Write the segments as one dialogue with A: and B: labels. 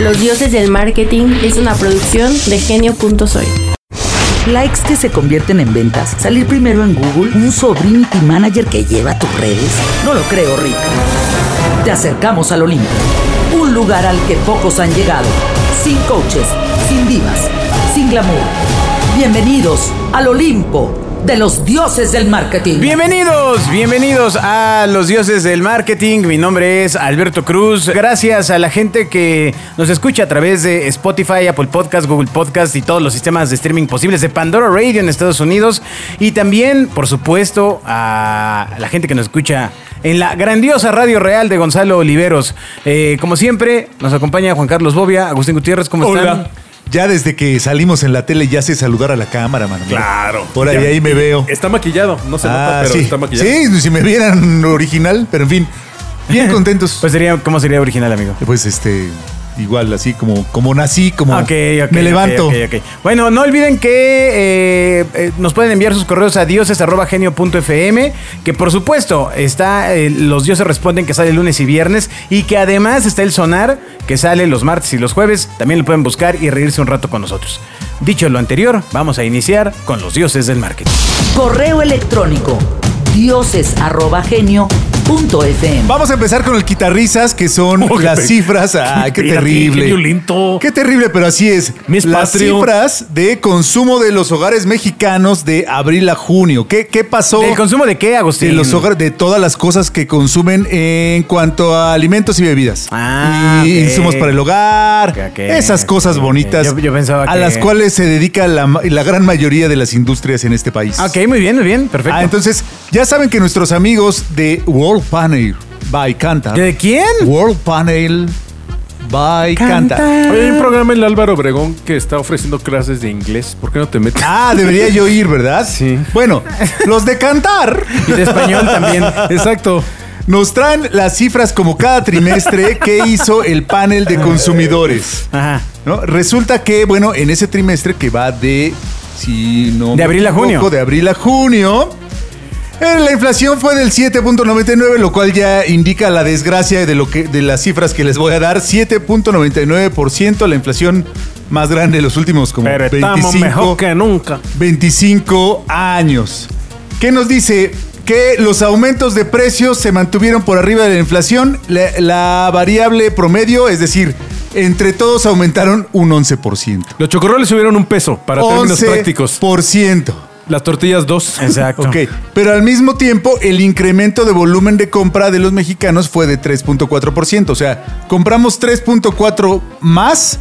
A: Los dioses del marketing es una producción de genio.soy.
B: Likes que se convierten en ventas. Salir primero en Google. Un sobrinity manager que lleva tus redes. No lo creo, Rick. Te acercamos al Olimpo. Un lugar al que pocos han llegado. Sin coaches, sin divas, sin glamour. Bienvenidos al Olimpo de los dioses del marketing.
C: Bienvenidos, bienvenidos a los dioses del marketing. Mi nombre es Alberto Cruz. Gracias a la gente que nos escucha a través de Spotify, Apple Podcast, Google Podcast y todos los sistemas de streaming posibles de Pandora Radio en Estados Unidos. Y también, por supuesto, a la gente que nos escucha en la grandiosa Radio Real de Gonzalo Oliveros. Eh, como siempre, nos acompaña Juan Carlos Bobia, Agustín Gutiérrez, ¿cómo están?
D: Hola. Ya desde que salimos en la tele ya sé saludar a la cámara, mano. Mira,
E: Claro.
D: Por ahí,
E: Ya.
D: ahí me veo.
E: Está maquillado, no se nota,
D: Ah,
E: pero
D: sí.
E: está maquillado.
D: Sí, si me vieran original, pero en fin, bien contentos.
C: Pues
D: pues,
C: sería, ¿cómo sería original, amigo?
D: este, igual así como, como nací, como
C: Ok, ok,
D: me
C: ok,
D: levanto.
C: ok, ok. Bueno, no olviden que eh, eh, nos pueden enviar sus correos a dioses.genio.fm, que por supuesto está eh, Los Dioses Responden, que sale lunes y viernes, y que además está El Sonar, que sale los martes y los jueves. También lo pueden buscar y reírse un rato con nosotros. Dicho lo anterior, vamos a iniciar con Los Dioses del Marketing.
B: Correo electrónico. dioses.genio.fm.
D: Vamos a empezar con el quitarrisas, que son
E: Oh, qué
D: las
E: pe-
D: cifras. ¡Ay, qué
E: Fíjate,
D: terrible!
E: qué violento.
D: Qué terrible, pero así es.
E: Mes
D: Las
E: patrio.
D: cifras de consumo de los hogares mexicanos de abril a junio. ¿Qué, qué pasó?
C: ¿El consumo de qué, Agustín?
D: Oh. De los hogares, de todas las cosas que consumen en cuanto a alimentos y bebidas.
C: Ah,
D: y
C: ok.
D: insumos para el hogar,
C: Ok,
D: esas cosas
C: ok, ok.
D: bonitas.
C: Yo- yo pensaba
D: a
C: que-
D: las cuales se dedica la, ma- la gran mayoría de las industrias en este país.
C: Ok, muy bien, muy bien, perfecto.
D: Ah, entonces, ya saben que nuestros amigos de World Panel by Canta.
C: ¿De quién?
D: World Panel by Canta.
C: Canta.
E: Hay un programa en el Álvaro Obregón que está ofreciendo clases de inglés. ¿Por qué no te metes?
D: Ah, debería yo ir, ¿verdad?
E: Sí.
D: Bueno, los de cantar.
C: Y de español también.
E: Exacto.
D: Nos traen las cifras como cada trimestre que hizo el panel de consumidores.
C: Ajá.
D: ¿no? Resulta que, bueno, en ese trimestre que va de. Si no
C: De
D: me
C: abril a
D: equivoco,
C: junio.
D: De abril a junio. eh, La inflación fue del 7.99, lo cual ya indica la desgracia de, lo que, de las cifras que les voy a dar. 7.99%, la inflación más grande de los últimos como
E: Pero
D: 25
E: estamos mejor que nunca.
D: 25 años. ¿Qué nos dice? Que los aumentos de precios se mantuvieron por arriba de la inflación. La, la variable promedio, es decir, entre todos aumentaron un 11%.
E: Los chocorroles subieron un peso para
D: Oh,
E: términos prácticos.
D: Por
E: Las tortillas dos. Oh,
C: Exacto.
D: Ok, pero al mismo tiempo el incremento de volumen de compra de los mexicanos fue de 3.4%, o sea, compramos 3.4 más,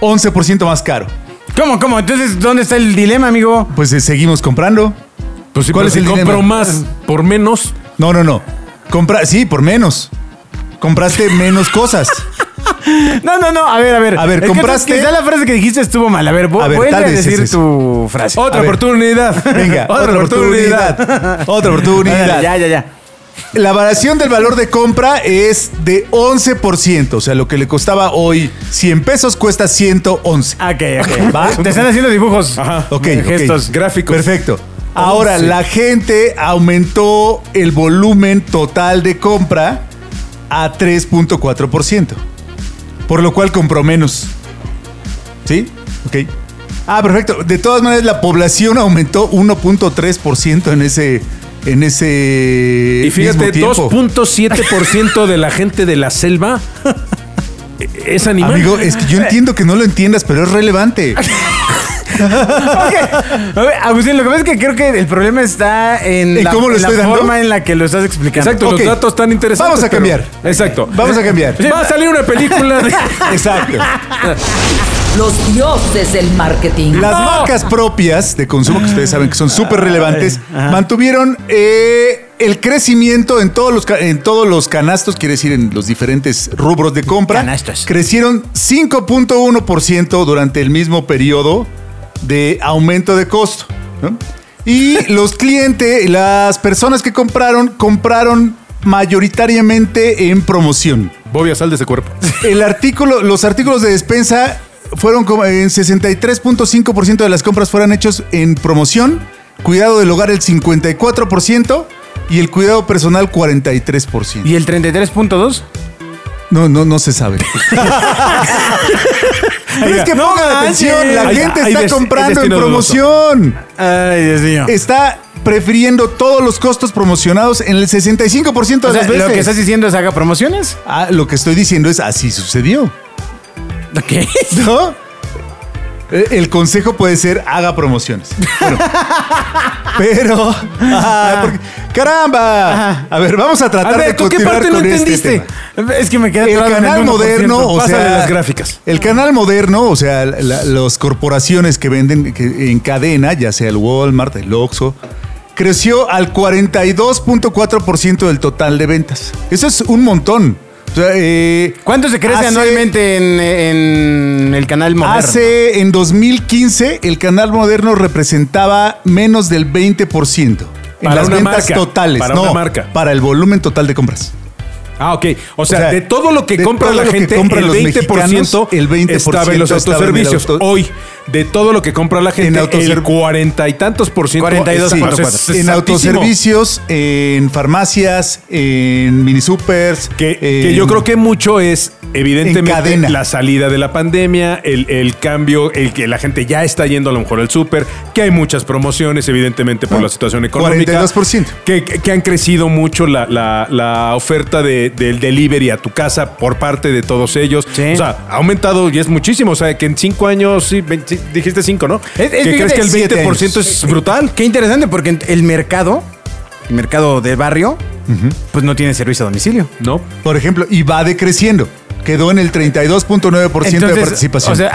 D: 11% más caro.
C: ¿Cómo, cómo? Entonces, ¿dónde está el dilema, amigo?
D: Pues eh, seguimos comprando.
E: Pues sí,
D: ¿Cuál
E: pero
D: es
E: si
D: el dilema?
E: compro más por menos.
D: No, no, no. Compra, sí, por menos. Compraste menos cosas.
C: No, no, no, a ver, a ver.
D: A ver,
C: Es que
D: compraste-
C: Quizá la frase que dijiste estuvo mal. A ver, vo-
D: A ver,
C: vuelve
D: tal
C: a
D: vez es
C: decir
D: eso.
C: tu frase.
E: Otra
D: A ver.
E: oportunidad.
D: Venga, otra, oportunidad. Otra
C: Ándale,
D: oportunidad.
C: Ya, ya, ya.
D: La variación del valor de compra es de 11%. O sea, lo que le costaba hoy 100 pesos cuesta 111.
C: Ok, ok.
D: Va.
C: Ah, Te están haciendo dibujos.
E: Ajá.
D: Ok, ok.
C: Gestos.
E: gráficos.
D: Perfecto. Ahora,
E: Once.
D: la gente aumentó el volumen total de compra a 3.4%. Por lo cual compró menos. ¿Sí? Ok. Ah, perfecto. De todas maneras, la población aumentó 1.3% en ese. En ese.
E: Y fíjate,
D: mismo tiempo.
E: 2.7% de la gente de la selva es animal.
D: Amigo, es que yo entiendo que no lo entiendas, pero es relevante.
C: A ver, Agustín, lo que pasa es que creo que el problema está en
D: ¿En
C: la,
D: cómo lo
C: en la
D: estoy dando?
C: forma en la que lo estás explicando.
E: Exacto,
D: Ok.
E: los datos tan interesantes.
D: Vamos a
E: pero-
D: cambiar.
E: Exacto.
D: Vamos a cambiar.
E: Va a salir una película de...
D: Exacto.
B: Los dioses del marketing.
D: Las marcas propias de consumo, que ustedes saben que son súper relevantes, mantuvieron eh, el crecimiento en todos, los, ca- en todos los canastos, quiere decir en los diferentes rubros de compra.
C: Canastos.
D: Crecieron 5.1% durante el mismo periodo de aumento de costo. ¿no? Y los clientes, las personas que compraron, compraron mayoritariamente en promoción.
E: Bobia, sal de ese cuerpo.
D: El artículo, los artículos de despensa fueron como en 63.5% de las compras fueron hechos en promoción, cuidado del hogar el 54% y el cuidado personal 43%.
C: ¿Y el 33.2?
D: No, no, no se sabe. Pero es que
C: No
D: pongan
C: manches.
D: atención, la
C: Hay-
D: gente
C: hay
D: está
C: des- hay
D: comprando en
C: destino dudoso.
D: promoción.
C: Ay, Dios mío.
D: Está prefiriendo todos los costos promocionados en el 65% de
C: O sea,
D: las veces.
C: lo que estás diciendo es haga promociones.
D: Ah, lo que estoy diciendo es así sucedió.
C: ¿Qué?
D: ¿No? Eh, El consejo puede ser haga promociones. Bueno, pero. ah, porque- ¡Caramba! A ver, vamos a tratar de
E: Alberto, ¿qué
D: continuar
E: parte no
D: con este
E: entendiste?
D: tema.
C: Es que me quedé
D: El
C: atorado en
D: canal
C: 1%.
D: moderno, o
E: Pásale
D: sea,
E: las gráficas.
D: El canal moderno, o sea, la- las corporaciones que venden que- en cadena, ya sea el Walmart, el Oxxo, creció al 42.4% del total de ventas. Eso es un montón. O sea, eh,
C: ¿Cuánto se crece
D: Hace-
C: anualmente en, en el canal moderno?
D: Hace en 2015 el canal moderno representaba menos del 20% en
E: Para
D: las
E: una
D: ventas
E: marca,
D: totales,
E: para
D: no,
E: una marca.
D: para el volumen total de compras.
E: Ah, ok. O sea,
D: sea,
E: de todo lo que
D: de
E: compra
D: todo
E: la
D: lo que
E: gente,
D: compran
E: el
D: los
E: 20%,
D: mexicanos, el 20%
E: estaba en los
D: estaba en el
E: autoservicios.
D: auto-
E: Hoy, de todo lo que compra la gente,
D: En
E: el
D: autoserv-
E: cuarenta y tantos por ciento.
C: 42,
E: Sí,
C: cuatro,
E: o sea,
C: cuatro.
E: es
D: En
E: santísimo.
D: autoservicios, en farmacias, en minisupers.
E: Que,
D: en-
C: Eh,
E: que yo creo que mucho es,
D: en
E: evidentemente,
D: cadena.
E: la salida de la pandemia, el, el cambio, el que la gente ya está yendo a lo mejor al súper, que hay muchas promociones, evidentemente, por
D: Ah,
E: la situación económica.
D: 42%.
E: Que, que han crecido mucho la, la- la oferta de- del delivery a tu casa por parte de todos ellos.
C: Sí.
E: O sea, ha aumentado y es muchísimo. O sea, que en cinco años, sí, 20, sí, dijiste cinco, ¿no?
C: Es- es,
E: que
C: fíjate,
E: crees que el
C: siete
E: 20% es brutal.
C: Qué interesante, porque el mercado, el mercado de barrio, pues no tiene servicio a domicilio.
E: ¿No?
D: Por ejemplo, y va decreciendo. Quedó en el 32.9% de
C: Entonces,
D: participación.
C: O sea,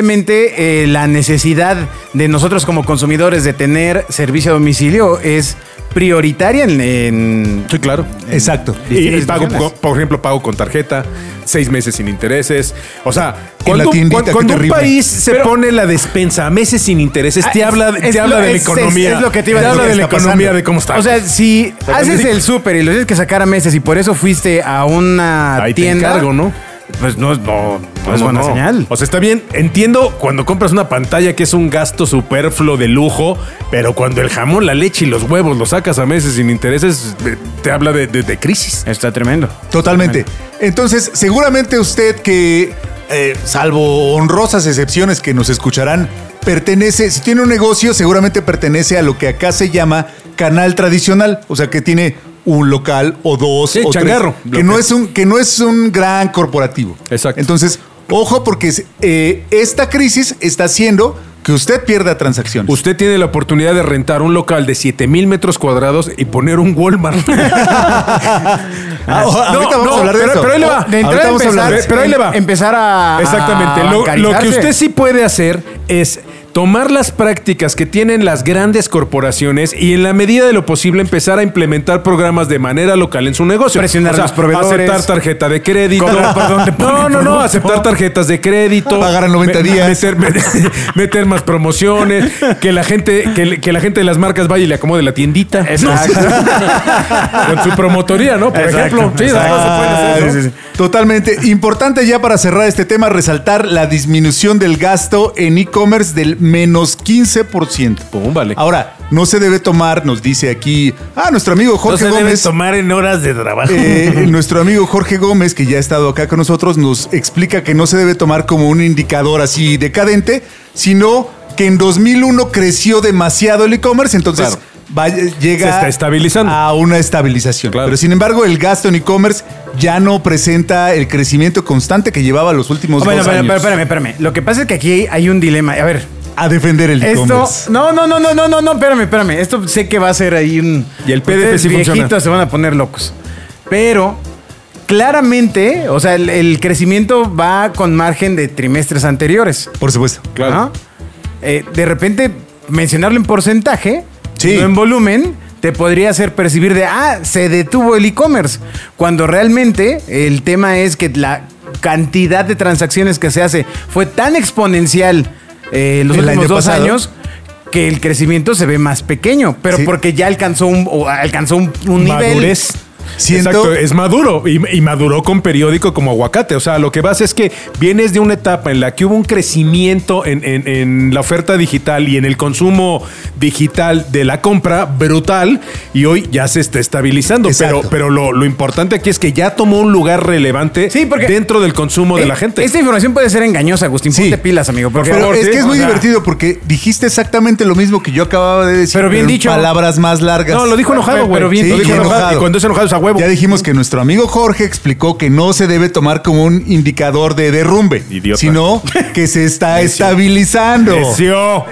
C: aparentemente eh, la necesidad de nosotros como consumidores de tener servicio a domicilio es prioritaria en... en-
E: Sí, claro.
D: Exacto. Este,
E: Y- Y,
C: Distintas
E: pago,
C: opciones.
E: co- por ejemplo, pago con tarjeta, seis meses sin intereses. O sea,
D: En la
E: cuando,
D: tiendita,
E: cuando-
D: qué
E: cuando un
D: terrible.
E: país se
C: Pero-
E: pone la despensa a meses sin intereses, te
C: Ah,
E: habla,
C: es-
E: te
C: es
E: habla
C: lo-
E: de
C: es-
E: la
C: es-
E: economía.
C: es lo que te iba a
E: Te
C: decir
E: habla
C: que
E: de la
C: está
E: economía,
C: pasando.
E: de cómo está.
C: O sea, si
E: sea,
C: haces
E: sí.
C: el súper y lo tienes que sacar a meses y por eso fuiste a una
E: Ahí te
C: tienda...
E: encargo, ¿no?
C: Pues no, no, no es
E: No,
C: buena
E: no.
C: señal.
E: O sea, está bien. Entiendo cuando compras una pantalla que es un gasto superfluo de lujo, pero cuando el jamón, la leche y los huevos los sacas a meses sin intereses, eh, te habla de, de- de crisis.
C: Está tremendo.
D: Totalmente. Entonces, seguramente usted que, eh, salvo honrosas excepciones que nos escucharán, pertenece, si tiene un negocio, seguramente pertenece a lo que acá se llama canal tradicional, o sea, que tiene un local o dos
E: Sí,
D: o tres,
E: changarro.
D: que no es un que no es un gran corporativo.
E: Exacto.
D: Entonces, ojo porque eh, esta crisis está haciendo que usted pierda transacciones.
E: Usted tiene la oportunidad de rentar un local de 7 mil metros cuadrados y poner un Walmart.
D: Ah, o- ahorita vamos a hablar de
E: pero,
D: eso.
E: pero ahí le va.
D: Ahorita vamos a hablar
E: empezar-
D: de-
E: pero ahí le va.
C: Em, Empezar a.
E: Exactamente.
C: a
E: Lo- Lo,
C: Ah, bancarizarse.
E: que usted sí puede hacer es tomar las prácticas que tienen las grandes corporaciones y en la medida de lo posible empezar a implementar programas de manera local en su negocio.
C: Presionar a los proveedores.
E: Aceptar tarjeta de crédito.
C: Cobrar por donde
E: no,
C: ponen,
E: no, no.
C: ¿no?
E: Aceptar tarjetas de crédito.
D: Pagar en 90
E: Me-
D: días.
E: Meter, meter- meter más promociones. Que la gente, que, que la gente de las marcas vaya y le acomode la tiendita.
C: Exacto.
E: Con su promotoría, ¿no? Por
C: Exacto,
E: ejemplo. Sí, las
C: exacto.
E: cosas se pueden hacer, ¿no?
C: Ah, sí, sí, sí.
D: Totalmente. Importante ya para cerrar este tema, resaltar la disminución del gasto en e-commerce del menos 15%.
E: Pum, vale.
D: Ahora, no se debe tomar, nos dice aquí, ah, nuestro amigo Jorge Gómez.
E: tomar en horas de trabajo.
D: eh, nuestro amigo Jorge Gómez, que ya ha estado acá con nosotros, nos explica que no se debe tomar como un indicador así decadente, sino que en 2001 creció demasiado el e-commerce, entonces
E: Claro.
D: vaya- llega
E: Se está estabilizando.
D: a una estabilización.
E: Claro.
D: Pero sin embargo, el gasto en e-commerce ya no presenta el crecimiento constante que llevaba los últimos
C: Bueno,
D: dos
C: pero,
D: años
C: pero espérame, espérame. Lo que pasa es que aquí hay un dilema. A ver,
D: a defender el
C: esto.
D: e-commerce.
C: No, no, no, no, no, no, no, espérame, espérame. Esto sé que va a ser ahí un.
E: Y el PDF
C: Ustedes
E: sí funciona.
C: viejitos se van a poner locos. Pero. Claramente, o sea, el, el crecimiento va con margen de trimestres anteriores.
D: Por supuesto.
E: Claro.
C: ¿no? Eh, de repente, mencionarlo en porcentaje,
D: Sí.
C: no en volumen, te podría hacer percibir de, ah, se detuvo el e-commerce. Cuando realmente el tema es que la cantidad de transacciones que se hace fue tan exponencial eh, los
D: El
C: últimos
D: año
C: dos
D: pasado.
C: años que el crecimiento se ve más pequeño, pero
D: Sí.
C: porque ya alcanzó un, o alcanzó un, un nivel
E: Madurez.
D: Siento-
E: Exacto, es maduro y, y maduró con periódico como aguacate. O sea, lo que pasa es que vienes de una etapa en la que hubo un crecimiento en, en- en la oferta digital y en el consumo digital de la compra brutal y hoy ya se está estabilizando.
D: Exacto.
E: Pero, pero lo, lo importante aquí es que ya tomó un lugar relevante
C: Sí, porque-
E: dentro del consumo de
C: Eh,
E: la gente.
C: Esta información puede ser engañosa, Agustín.
D: Sí.
C: Ponte pilas, amigo. Por
D: Pero
C: favor,
D: es
C: ¿sí?
D: que es
C: O
D: muy
C: sea,
D: divertido porque dijiste exactamente lo mismo que yo acababa de decir.
C: Pero bien
D: en
C: dicho.
D: Palabras más largas.
E: No, lo dijo enojado,
C: Pero
E: güey.
C: bien,
E: lo
D: Sí,
E: dijo
D: y
E: enojado.
D: enojado.
E: Y cuando es enojado es a huevo.
D: Ya dijimos que nuestro amigo Jorge explicó que no se debe tomar como un indicador de derrumbe,
E: Idiota.
D: sino que se está estabilizando.
E: Necio.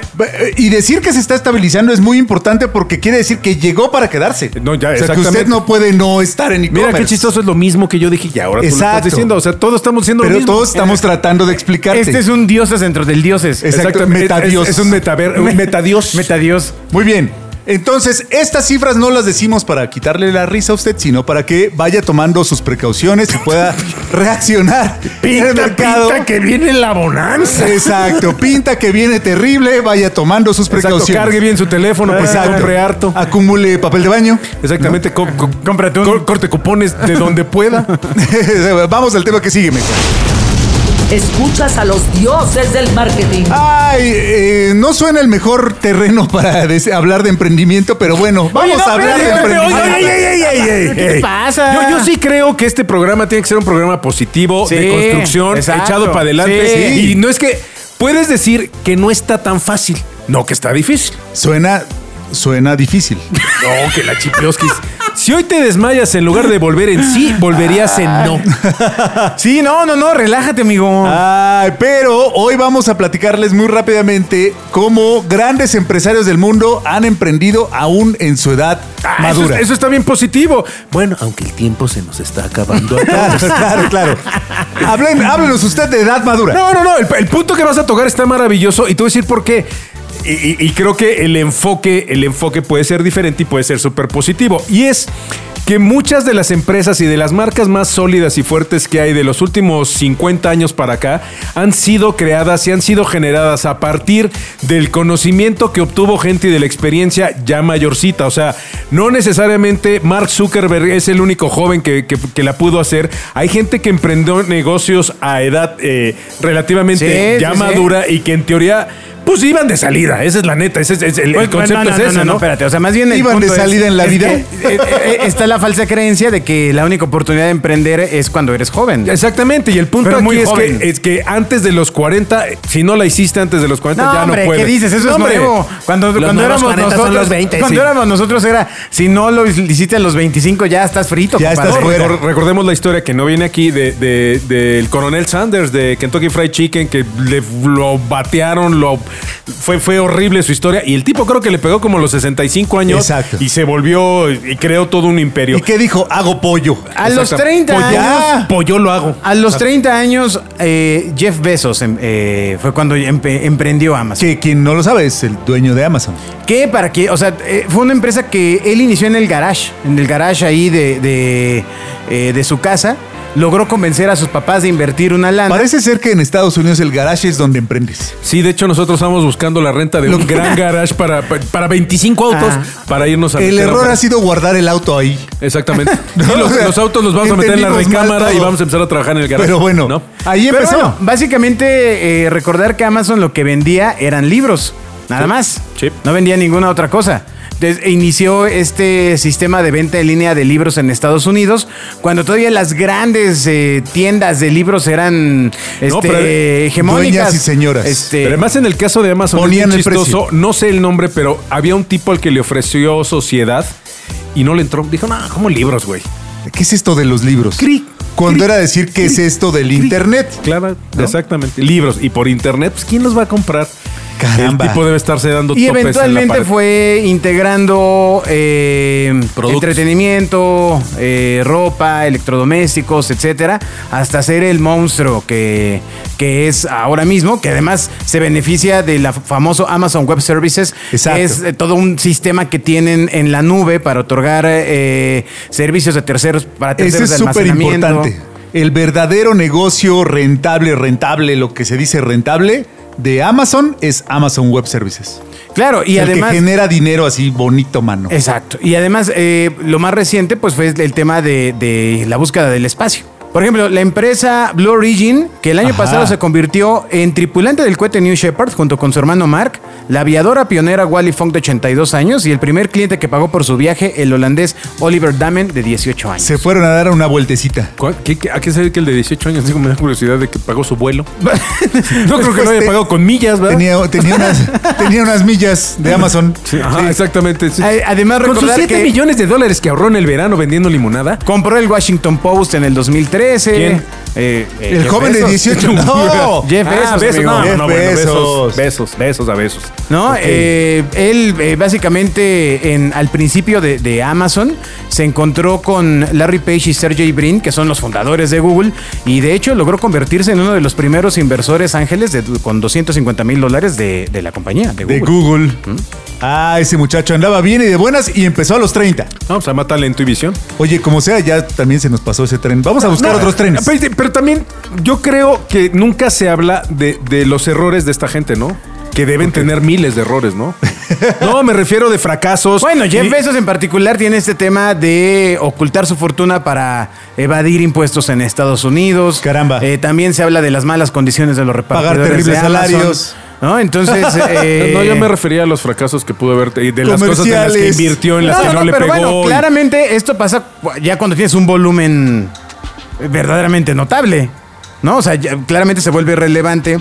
D: Y decir que se está estabilizando es muy importante porque quiere decir que llegó para quedarse.
E: No,
D: o sea,
E: ya,
D: que
E: exactamente.
D: usted no puede no estar en e-commerce.
E: Mira qué chistoso es lo mismo que yo dije y ahora tú lo estás
D: Exacto.
E: diciendo. O sea, todos estamos diciendo lo
D: Pero
E: mismo. Eh,
D: todos estamos tratando de explicarte.
C: Este es un dioses dentro del dioses.
D: Es- Exacto,
E: Exacto,
D: metadios.
E: Es, es un, metaver- un metadios.
C: Metadios.
D: Muy bien. Entonces, estas cifras no las decimos para quitarle la risa a usted, sino para que vaya tomando sus precauciones y pueda reaccionar en el mercado.
E: que viene la bonanza.
D: Exacto, pinta que viene terrible, vaya tomando sus
E: Exacto,
D: precauciones.
E: cargue bien su teléfono
C: pues,
E: porque
D: Exacto.
E: compre harto.
D: Acumule papel de baño.
E: Exactamente, co- co- cómprate un co- corte cupones de donde pueda.
D: Vamos al tema que sigue, mejor.
B: Escuchas a los dioses del marketing.
D: Ay, eh, no suena el mejor terreno para des- hablar de emprendimiento, pero bueno, vamos
C: no,
D: a hablar de
C: espérate, espérate,
D: emprendimiento.
C: oye, oye, oye. ¿Qué te
E: ey.
C: pasa?
E: Yo, yo sí creo que este programa tiene que ser un programa positivo,
C: Sí,
E: de construcción,
C: exacto.
E: echado para adelante.
C: Sí.
E: Y no es que puedes decir que no está tan fácil, no que está difícil.
D: Suena, suena difícil.
E: No, que la chipioskis. Si hoy te desmayas en lugar de volver en sí, volverías en no. Ah,
C: Sí, no, no, no, relájate, amigo.
D: Ay, pero hoy vamos a platicarles muy rápidamente cómo grandes empresarios del mundo han emprendido aún en su edad
E: Ah,
D: madura.
E: Eso, eso está bien positivo. Bueno, aunque el tiempo se nos está acabando. a todos.
D: Claro, claro, claro. Hablen- háblenos usted de edad madura.
E: no, no, no. El, el punto que vas a tocar está maravilloso y te voy a decir por qué. Y, y- y creo que el enfoque, el enfoque puede ser diferente y puede ser súper positivo. Y es que muchas de las empresas y de las marcas más sólidas y fuertes que hay de los últimos 50 años para acá han sido creadas y han sido generadas a partir del conocimiento que obtuvo gente y de la experiencia ya mayorcita. O sea, no necesariamente Mark Zuckerberg es el único joven que, que- que la pudo hacer. Hay gente que emprendió negocios a edad eh, relativamente
C: Sí,
E: ya
C: sí, sí.
E: madura y que en teoría pues iban de salida. Esa es la neta. Ese es, es el, el
C: Pues,
E: concepto
C: no, no,
E: es
C: no,
E: ese,
C: no, no, espérate. O sea, más bien el
D: ¿Iban de
C: punto es-
D: salida en la
C: es
D: vida?
C: que, eh, eh, está la falsa creencia de que la única oportunidad de emprender es cuando eres joven.
E: Exactamente, y el punto
C: Pero muy
E: aquí es
C: joven.
E: que, es que antes de los 40, si no la hiciste antes de los 40,
C: No,
E: ya
C: hombre,
E: no puedes.
C: ¿qué dices? Eso
E: No,
C: es
E: hombre.
C: nuevo. Cuando,
E: Los
C: cuando
E: nuevos
C: éramos
E: 40 son
C: nosotros,
E: los 20,
C: cuando
E: sí.
C: éramos nosotros era, si no lo hiciste a los 25 ya estás frito.
D: Ya
C: compadre.
D: estás
E: No,
D: fuera.
E: recor- recordemos la historia que no viene aquí de- de- del coronel Sanders de Kentucky Fried Chicken, que le, lo batearon, lo fue, fue horrible su historia. Y el tipo creo que le pegó como los 65 años
D: Exacto.
E: y se volvió y creó todo un imperio.
D: ¿Y qué dijo? Hago pollo.
C: A los
E: Exacto.
C: 30
E: Pues ya,
C: años.
E: pues yo lo hago.
C: A los 30 años, eh, Jeff Bezos em- eh, fue cuando empe- emprendió Amazon.
D: Que quien no lo sabe es el dueño de Amazon.
C: ¿Qué? ¿Para qué? O sea, eh, fue una empresa que él inició en el garage, en el garage ahí de, de, eh, de su casa. Logró convencer a sus papás de invertir una lana.
D: Parece ser que en Estados Unidos el garage es donde emprendes.
E: Sí, de hecho nosotros estamos buscando la renta de un gran garage para, para 25 autos
C: Ah.
E: para irnos a
D: El
E: meter a-
D: error ha sido guardar el auto ahí.
E: Exactamente.
D: No,
E: Y los,
D: o sea,
E: los autos los vamos a meter en la
D: entendimos mal
E: recámara y
D: todo.
E: vamos a empezar a trabajar en el garage.
D: Pero bueno,
E: ¿no?
D: ahí
C: Pero
D: empezó.
C: bueno, básicamente eh, recordar que Amazon lo que vendía eran libros, nada
E: Sí,
C: más.
E: sí.
C: No vendía ninguna otra cosa. Entonces, e inició este sistema de venta en línea de libros en Estados Unidos, cuando todavía las grandes eh, tiendas de libros eran este,
E: pero-
C: hegemónicas.
D: eh, Dueñas y señoras.
C: Este,
E: Pero además en el caso de Amazon
D: Ponían
E: es bien
D: el precio.
E: chistoso, no sé el nombre, pero había un tipo al que le ofreció sociedad y no le entró. Dijo, no, como libros, güey.
D: ¿Qué es esto de los libros?
E: Cri,
D: Cuando
E: cri,
D: era decir qué es esto del internet.
E: Claro, exactamente. Libros. Y por internet, pues, ¿quién los va a comprar?
D: Caramba.
E: El tipo debe estarse dando
C: y
E: topes en la
C: eventualmente
E: pared.
C: fue integrando eh,
E: Productos.
C: entretenimiento, eh, ropa, electrodomésticos, etcétera, hasta ser el monstruo que, que es ahora mismo, que además se beneficia de la famoso Amazon Web Services,
D: Exacto.
C: que es eh, todo un sistema que tienen en la nube para otorgar eh, servicios de terceros para
D: Eso
C: terceros de
D: es súper
C: almacenamiento.
D: importante. El verdadero negocio rentable, rentable, lo que se dice rentable, de Amazon es Amazon Web Services.
C: Claro, y
D: el
C: además...
D: que genera dinero así bonito, mano.
C: Exacto. Y además, eh, lo más reciente, pues fue el tema de, de la búsqueda del espacio. Por ejemplo, la empresa Blue Origin, que el año
D: Ajá.
C: pasado se convirtió en tripulante del cohete New Shepard junto con su hermano Mark, la aviadora pionera Wally Funk de 82 años y el primer cliente que pagó por su viaje, el holandés Oliver Damen de 18 años.
D: Se fueron a dar una vueltecita.
E: ¿Cuál- qué- qué- ¿A qué sabe que el de 18 años? Digo, me da curiosidad de que pagó su vuelo. no creo que
D: Pues
E: lo haya
D: te-
E: pagado con millas, ¿verdad?
D: Tenía, tenía, unas, tenía unas millas de Amazon.
E: Sí, ajá, exactamente. sí.
C: A- Además,
E: Con sus
C: recordar
E: 7
C: que
E: millones de dólares que ahorró en el verano vendiendo limonada.
C: compró el Washington Post en el 2013.
E: ¿Quién?
C: Eh, eh,
D: El
C: Jeff
D: joven de
C: Bezos.
D: 18. ¡No!
C: Jeff Bezos, amigo.
E: Ah, no,
D: Jeff
E: no, bueno,
D: Bezos.
E: besos, besos, besos a besos.
C: ¿no?
E: Ok.
C: Eh, él eh, básicamente en, al principio de, de Amazon se encontró con Larry Page y Sergey Brin, que son los fundadores de Google, y de hecho logró convertirse en uno de los primeros inversores ángeles de- con 250 mil dólares de, de la compañía, de Google. ¿Mm?
D: De Google. Ah, ese muchacho andaba bien y de buenas y empezó a los 30.
E: No, pues además talento y visión.
D: Oye, como sea, ya también se nos pasó ese tren. Vamos a buscar
E: No,
D: otros trenes.
E: Pero, pero también yo creo que nunca se habla de, de los errores de esta gente, ¿no? Que deben tener miles de errores, ¿no? no, me refiero de fracasos.
C: Bueno, Jeff
E: Y-
C: Bezos en particular tiene este tema de ocultar su fortuna para evadir impuestos en Estados Unidos.
D: Caramba.
C: Eh, también se habla de las malas condiciones de los repartidores
D: terribles
C: de Amazon,
D: salarios.
C: ¿No? Entonces... eh,
E: No, yo me refería a los fracasos que pudo haber y de las cosas en las que
D: Comerciales.
E: invirtió, en las que no, le
C: pero
E: pegó.
C: bueno,
E: y-
C: claramente esto pasa cu- ya cuando tienes un volumen verdaderamente notable, ¿no? O sea, ya claramente se vuelve relevante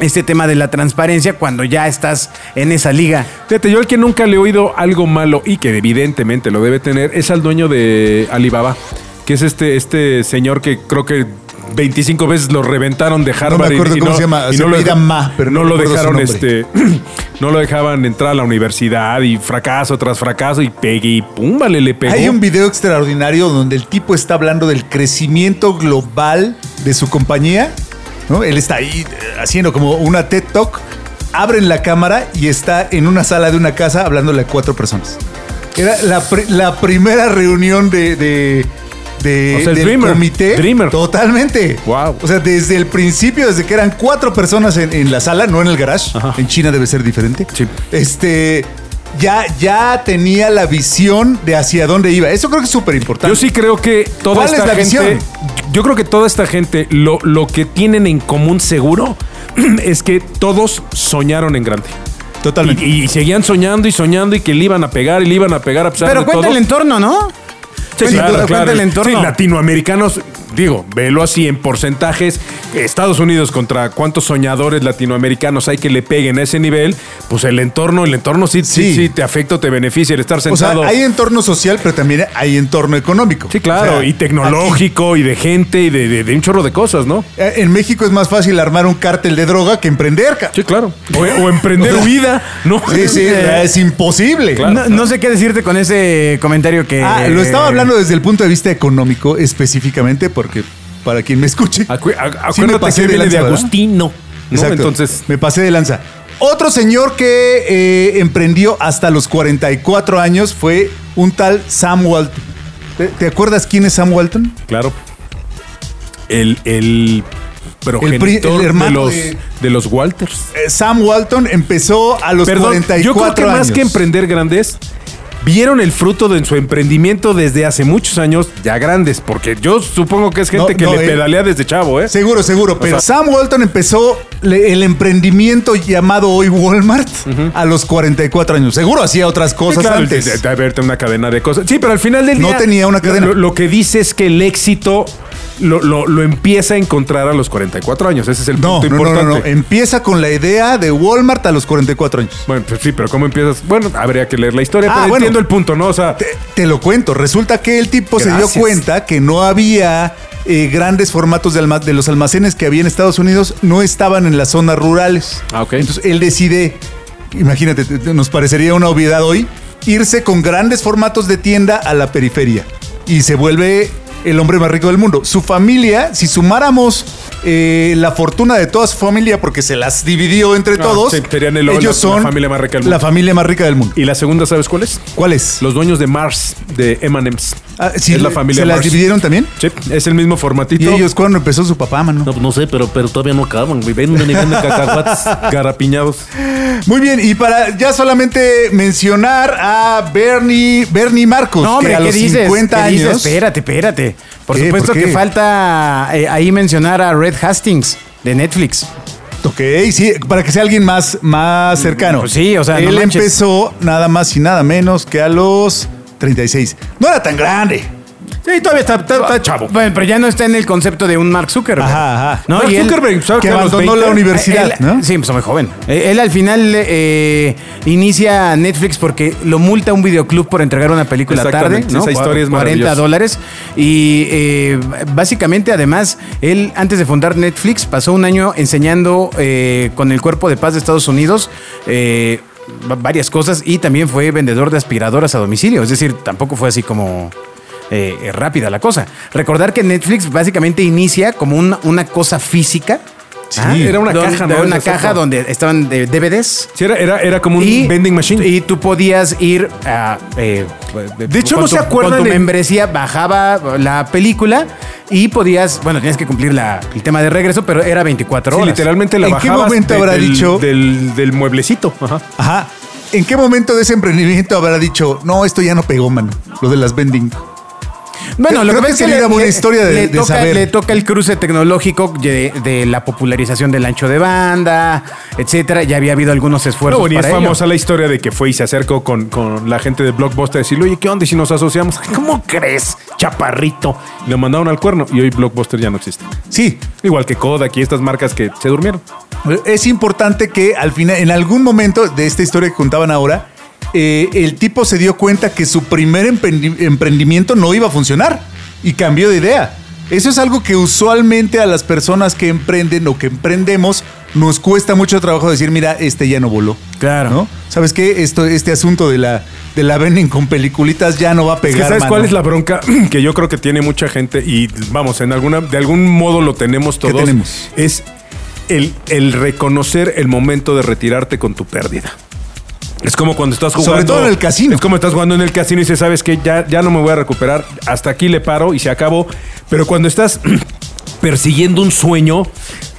C: este tema de la transparencia cuando ya estás en esa liga.
E: Fíjate, yo el que nunca le he oído algo malo y que evidentemente lo debe tener es al dueño de Alibaba, que es este, este señor que creo que 25 veces lo reventaron de Harvard y-
D: acuerdo
E: y,
D: cómo
E: no,
D: se llama,
E: y
D: se
E: no lo,
D: apellida
E: dej-
D: Ma, pero no
E: no lo
D: recuerdo su
E: dejaron
D: nombre.
E: este no lo dejaban entrar a la universidad y fracaso tras fracaso y pegue y pum, vale, le pegó.
D: Hay un video extraordinario donde el tipo está hablando del crecimiento global de su compañía. ¿no? Él está ahí eh, haciendo como una TED Talk. Abren la cámara y está en una sala de una casa hablándole a cuatro personas. Era la, pri- la primera reunión de, de- de-
E: O sea, el
D: del
E: Dreamer,
D: comité.
E: Dreamer.
D: Totalmente.
E: Guau.
D: O sea, desde el principio, desde que eran cuatro personas en, en la sala, no en el garage.
E: Ajá.
D: En China debe ser diferente
E: Sí.
D: este ya, ya tenía la visión de hacia dónde iba. Eso creo que es súper importante.
E: Yo sí creo que toda
D: ¿Cuál
E: esta
D: es la
E: gente.
D: visión?
E: Yo creo que toda esta gente, lo, lo que tienen en común seguro es que todos soñaron en grande.
D: Totalmente.
E: Y, y seguían soñando y soñando y que le iban a pegar y le iban a pegar a pesar
C: Pero
E: de
C: cuenta
E: todo.
C: el entorno, ¿no?
E: Sí,
C: Cuenta-
E: claro,
C: cuenta
E: claro.
C: el entorno.
E: Sí, latinoamericanos, digo, velo así en porcentajes. Estados Unidos contra cuántos soñadores latinoamericanos hay que le peguen a ese nivel. Pues el entorno, el entorno sí,
D: Sí.
E: sí, sí, te afecta, o te beneficia el estar
D: o sea,
E: sentado.
D: hay entorno social, pero también hay entorno económico.
E: Sí, claro,
D: O sea,
E: y tecnológico, y de gente, y de, de- de un chorro de cosas, ¿no?
D: aquí- eh, en México es más fácil armar un cártel de droga que emprender. ca-
E: Sí, claro. O, o emprender vida, ¿no?
D: Sí, sí,
E: Eh,
D: es imposible.
E: Claro. Eh.
C: No, no sé qué decirte con ese comentario que...
D: Ah, lo estaba hablando desde el punto de vista económico específicamente, porque para quien me escuche.
E: acu- a-
D: Sí me
E: acuérdate
D: pasé
E: que viene
D: lanza,
E: de
D: ¿verdad?
E: Agustino. ¿no?
D: Exacto.
E: Entonces,
D: me pasé de lanza. Otro señor que eh, emprendió hasta los 44 años fue un tal Sam Walton. ¿Te, te acuerdas quién es Sam Walton?
E: claro. El, el progenitor
D: el hermano
E: de los,
D: de-
E: de los Walters.
D: Eh, Sam Walton empezó a los
E: Perdón,
D: 44
E: yo creo que
D: años.
E: más que emprender grandes, vieron el fruto de su emprendimiento desde hace muchos años, ya grandes, porque yo supongo que es gente
D: No,
E: que
D: no,
E: le
D: él-
E: pedalea desde chavo, ¿eh?
D: Seguro, seguro. Pero Sam Walton empezó le- el emprendimiento llamado hoy Walmart a los 44 años. Seguro hacía otras
E: Sí,
D: cosas
E: claro,
D: antes.
E: de- de- de haberte una cadena de cosas. Sí, pero al final del
D: No
E: día.
D: tenía una
E: lo-
D: cadena.
E: Lo, lo que dice es que el éxito lo, lo- lo empieza a encontrar a los 44 años. Ese es el
D: No, no,
E: punto
D: no, no,
E: importante.
D: no. Empieza con la idea de Walmart a los 44 años.
E: Bueno, pues sí, pero ¿cómo empiezas? Bueno, habría que leer la historia,
D: Ah,
E: pero
D: bueno.
E: entiendo el punto, ¿no? O sea,
D: Te, te lo cuento. Resulta que el tipo se
E: Gracias.
D: dio cuenta que no había eh, grandes formatos de, alma- de los almacenes que había en Estados Unidos, no estaban en las zonas rurales.
E: Ah, ok.
D: Entonces él decide, imagínate, te- te- nos parecería una obviedad hoy, irse con grandes formatos de tienda a la periferia. Y se vuelve el hombre más rico del mundo. Su familia, si sumáramos eh, la fortuna de toda su familia porque se las dividió entre
E: Ah,
D: todos.
E: sí, serían el- la- la
D: Ellos son
E: familia más rica del mundo.
D: La familia más rica del mundo.
E: Y la segunda, ¿sabes cuál es?
D: ¿Cuál es?
E: Los dueños de Mars, de M&M's.
D: Ah, sí,
E: es la familia
D: ¿Se las
E: Mars.
D: dividieron también?
E: Sí, es el mismo formatito.
D: ¿Y ellos cuándo empezó su papá, mano?
F: No, pues no sé, pero, pero todavía no acaban, güey. Venden y venden cacahuates.
E: Garapiñados.
D: Muy bien, y para ya solamente mencionar a Bernie, Bernie Marcos,
C: No, hombre,
D: que a
C: ¿qué
D: los
C: dices?
D: 50
C: ¿Qué dices?
D: años.
C: Espérate, espérate. Por
D: ¿Qué?
C: supuesto
D: ¿Por qué?
C: que falta eh, ahí mencionar a Red Hastings de Netflix.
D: Ok, sí, para que sea alguien más, más cercano.
C: pues sí, o sea, no
D: Él
C: manches.
D: empezó nada más y nada menos que a los 36. No era tan grande.
C: Sí, todavía está, está- está chavo. Bueno, pero ya no está en el concepto de un Mark Zuckerberg.
D: Ajá, ajá.
C: No,
E: Mark
C: y él-
E: Zuckerberg, ¿sabes
D: que
E: que a los
D: abandonó la
E: 20?
D: universidad,
C: Él-
D: ¿no?
C: Sí, pues muy joven. Eh, Él al final eh, inicia Netflix porque lo multa un videoclub por entregar una película tarde,
E: Exactamente,
C: ¿no?
E: esa historia es
C: 40
E: maravillosa.
C: dólares. Y eh, básicamente, además, él antes de fundar Netflix pasó un año enseñando eh, con el Cuerpo de Paz de Estados Unidos. eh, va- varias cosas y también fue vendedor de aspiradoras a domicilio, es decir, tampoco fue así como eh, eh, rápida la cosa. Recordar que Netflix básicamente inicia como un- una cosa física. Ah,
E: era una
C: donde-
E: caja, ¿no?
C: era una
E: Exacto.
C: caja donde estaban de- DVDs.
E: Sí, era, era, era como un vending machine.
C: Y tú podías ir a. eh,
E: De hecho,
C: con
E: no
C: tu-
E: se acuerdan
C: Con tu
E: en-
C: membresía bajaba la película y podías. Bueno, tenías que cumplir la- el tema de regreso, pero era 24
E: Sí,
C: horas.
E: literalmente la
D: ¿En qué
E: bajabas
D: momento habrá
E: del,
D: dicho-
E: Del, del mueblecito. Ajá.
D: Ajá. ¿En qué momento de ese emprendimiento habrá dicho, no, esto ya no pegó, mano? Lo de las vending.
C: Bueno, lo
D: Creo- creo
C: que
D: que
C: pasa es que
D: sería
C: le,
D: buena
C: le-
D: historia de-
C: le
D: de
C: toca,
D: saber.
C: le toca el cruce tecnológico de, de la popularización del ancho de banda, etcétera. Ya había habido algunos esfuerzos.
E: No, y es
C: para ello.
E: famosa la historia de que fue y se acercó con, con la gente de Blockbuster a decirle, oye, ¿qué onda? Y si nos asociamos, Ay, ¿cómo crees, chaparrito? Y lo mandaron al cuerno y hoy Blockbuster ya no existe.
D: Sí,
E: Igual que Kodak y estas marcas que se durmieron.
D: Es importante que al final, en algún momento de esta historia que contaban ahora, eh, el tipo se dio cuenta que su primer emprendi- emprendimiento no iba a funcionar y cambió de idea. Eso es algo que usualmente a las personas que emprenden o que emprendemos nos cuesta mucho trabajo decir, mira, este ya no voló.
C: Claro.
D: ¿No? ¿Sabes qué? Esto, este asunto de la, de la vending con peliculitas ya no va a
E: Es
D: pegar.
E: que ¿Sabes
D: mano.
E: cuál es la bronca que yo creo que tiene mucha gente? Y vamos, en alguna, de algún modo lo tenemos
D: ¿Qué
E: todos.
D: tenemos?
E: Es el, el reconocer el momento de retirarte con tu pérdida. Es como cuando estás
D: Sobre
E: jugando.
D: todo en el casino.
E: Es como estás jugando en el casino y dices, sabes que ya, ya no me voy a recuperar. Hasta aquí le paro y se acabó. Pero cuando estás persiguiendo un sueño,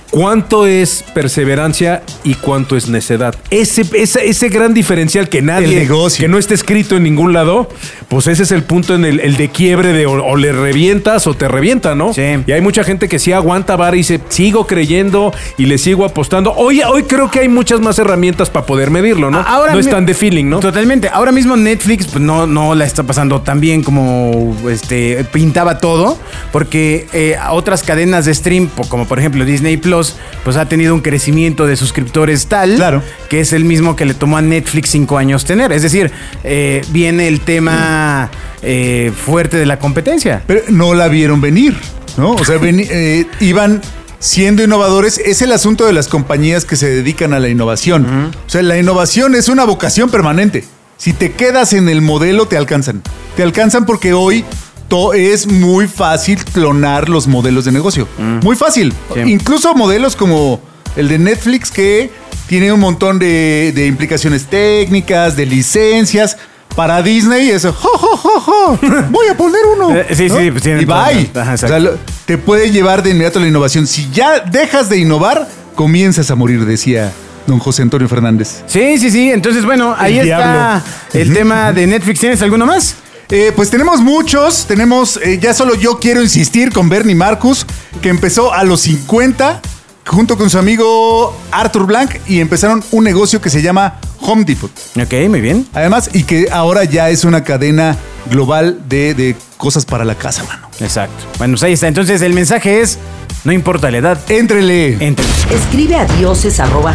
E: ¿cuánto es perseverancia y cuánto es necedad? Ese, ese, ese gran diferencial que nadie.
D: El negocio.
E: Que no está escrito en ningún lado, pues ese es el punto en el, el de quiebre de o, o le revientas o te revienta, ¿no?
C: Sí.
E: Y hay mucha gente que sí aguanta vara y dice, sigo creyendo y le sigo apostando. Hoy, hoy creo que hay muchas más herramientas para poder medirlo, ¿no?
C: A- ahora
E: no es
C: mi-
E: tan de feeling, ¿no?
C: Totalmente. Ahora mismo Netflix pues, no, no la está pasando tan bien como este, pintaba todo, porque eh, otras cadenas de stream, po- como por ejemplo Disney Plus, pues ha tenido un crecimiento de suscriptores tal,
D: Claro.
C: que es el mismo que le tomó a Netflix cinco años tener. Es decir, eh, viene el tema eh, fuerte de la competencia.
D: pero no la vieron venir, ¿no? O sea, veni- eh, iban siendo innovadores. Es el asunto de las compañías que se dedican a la innovación. O sea, la innovación es una vocación permanente. Si te quedas en el modelo, te alcanzan. Te alcanzan porque hoy to- es muy fácil clonar los modelos de negocio. Muy fácil.
C: Sí.
D: Incluso modelos como el de Netflix que tiene un montón de, de implicaciones técnicas, de licencias. Para Disney eso, jo, jo, jo, jo, voy a poner uno.
C: Eh, sí, sí, pues tienen
D: Y
C: todo,
D: bye.
C: ¿no? Ajá,
D: O sea,
C: exacto.
D: lo- te puede llevar de inmediato a la innovación. Si ya dejas de innovar, comienzas a morir, decía don José Antonio Fernández.
C: Sí, sí, sí. Entonces, bueno, ahí está
E: diablo.
C: el tema de Netflix. ¿Tienes alguno más?
D: Eh, pues tenemos muchos, tenemos, eh, ya solo yo quiero insistir con Bernie Marcus, que empezó a los 50 junto con su amigo Arthur Blank y empezaron un negocio que se llama Home Depot.
C: Ok, muy bien.
D: Además, y que ahora ya es una cadena global de, de cosas para la casa, mano.
C: Exacto. Bueno, pues ahí está. Entonces, el mensaje es, no importa la edad,
D: Éntrele.
C: entre.
B: Escribe a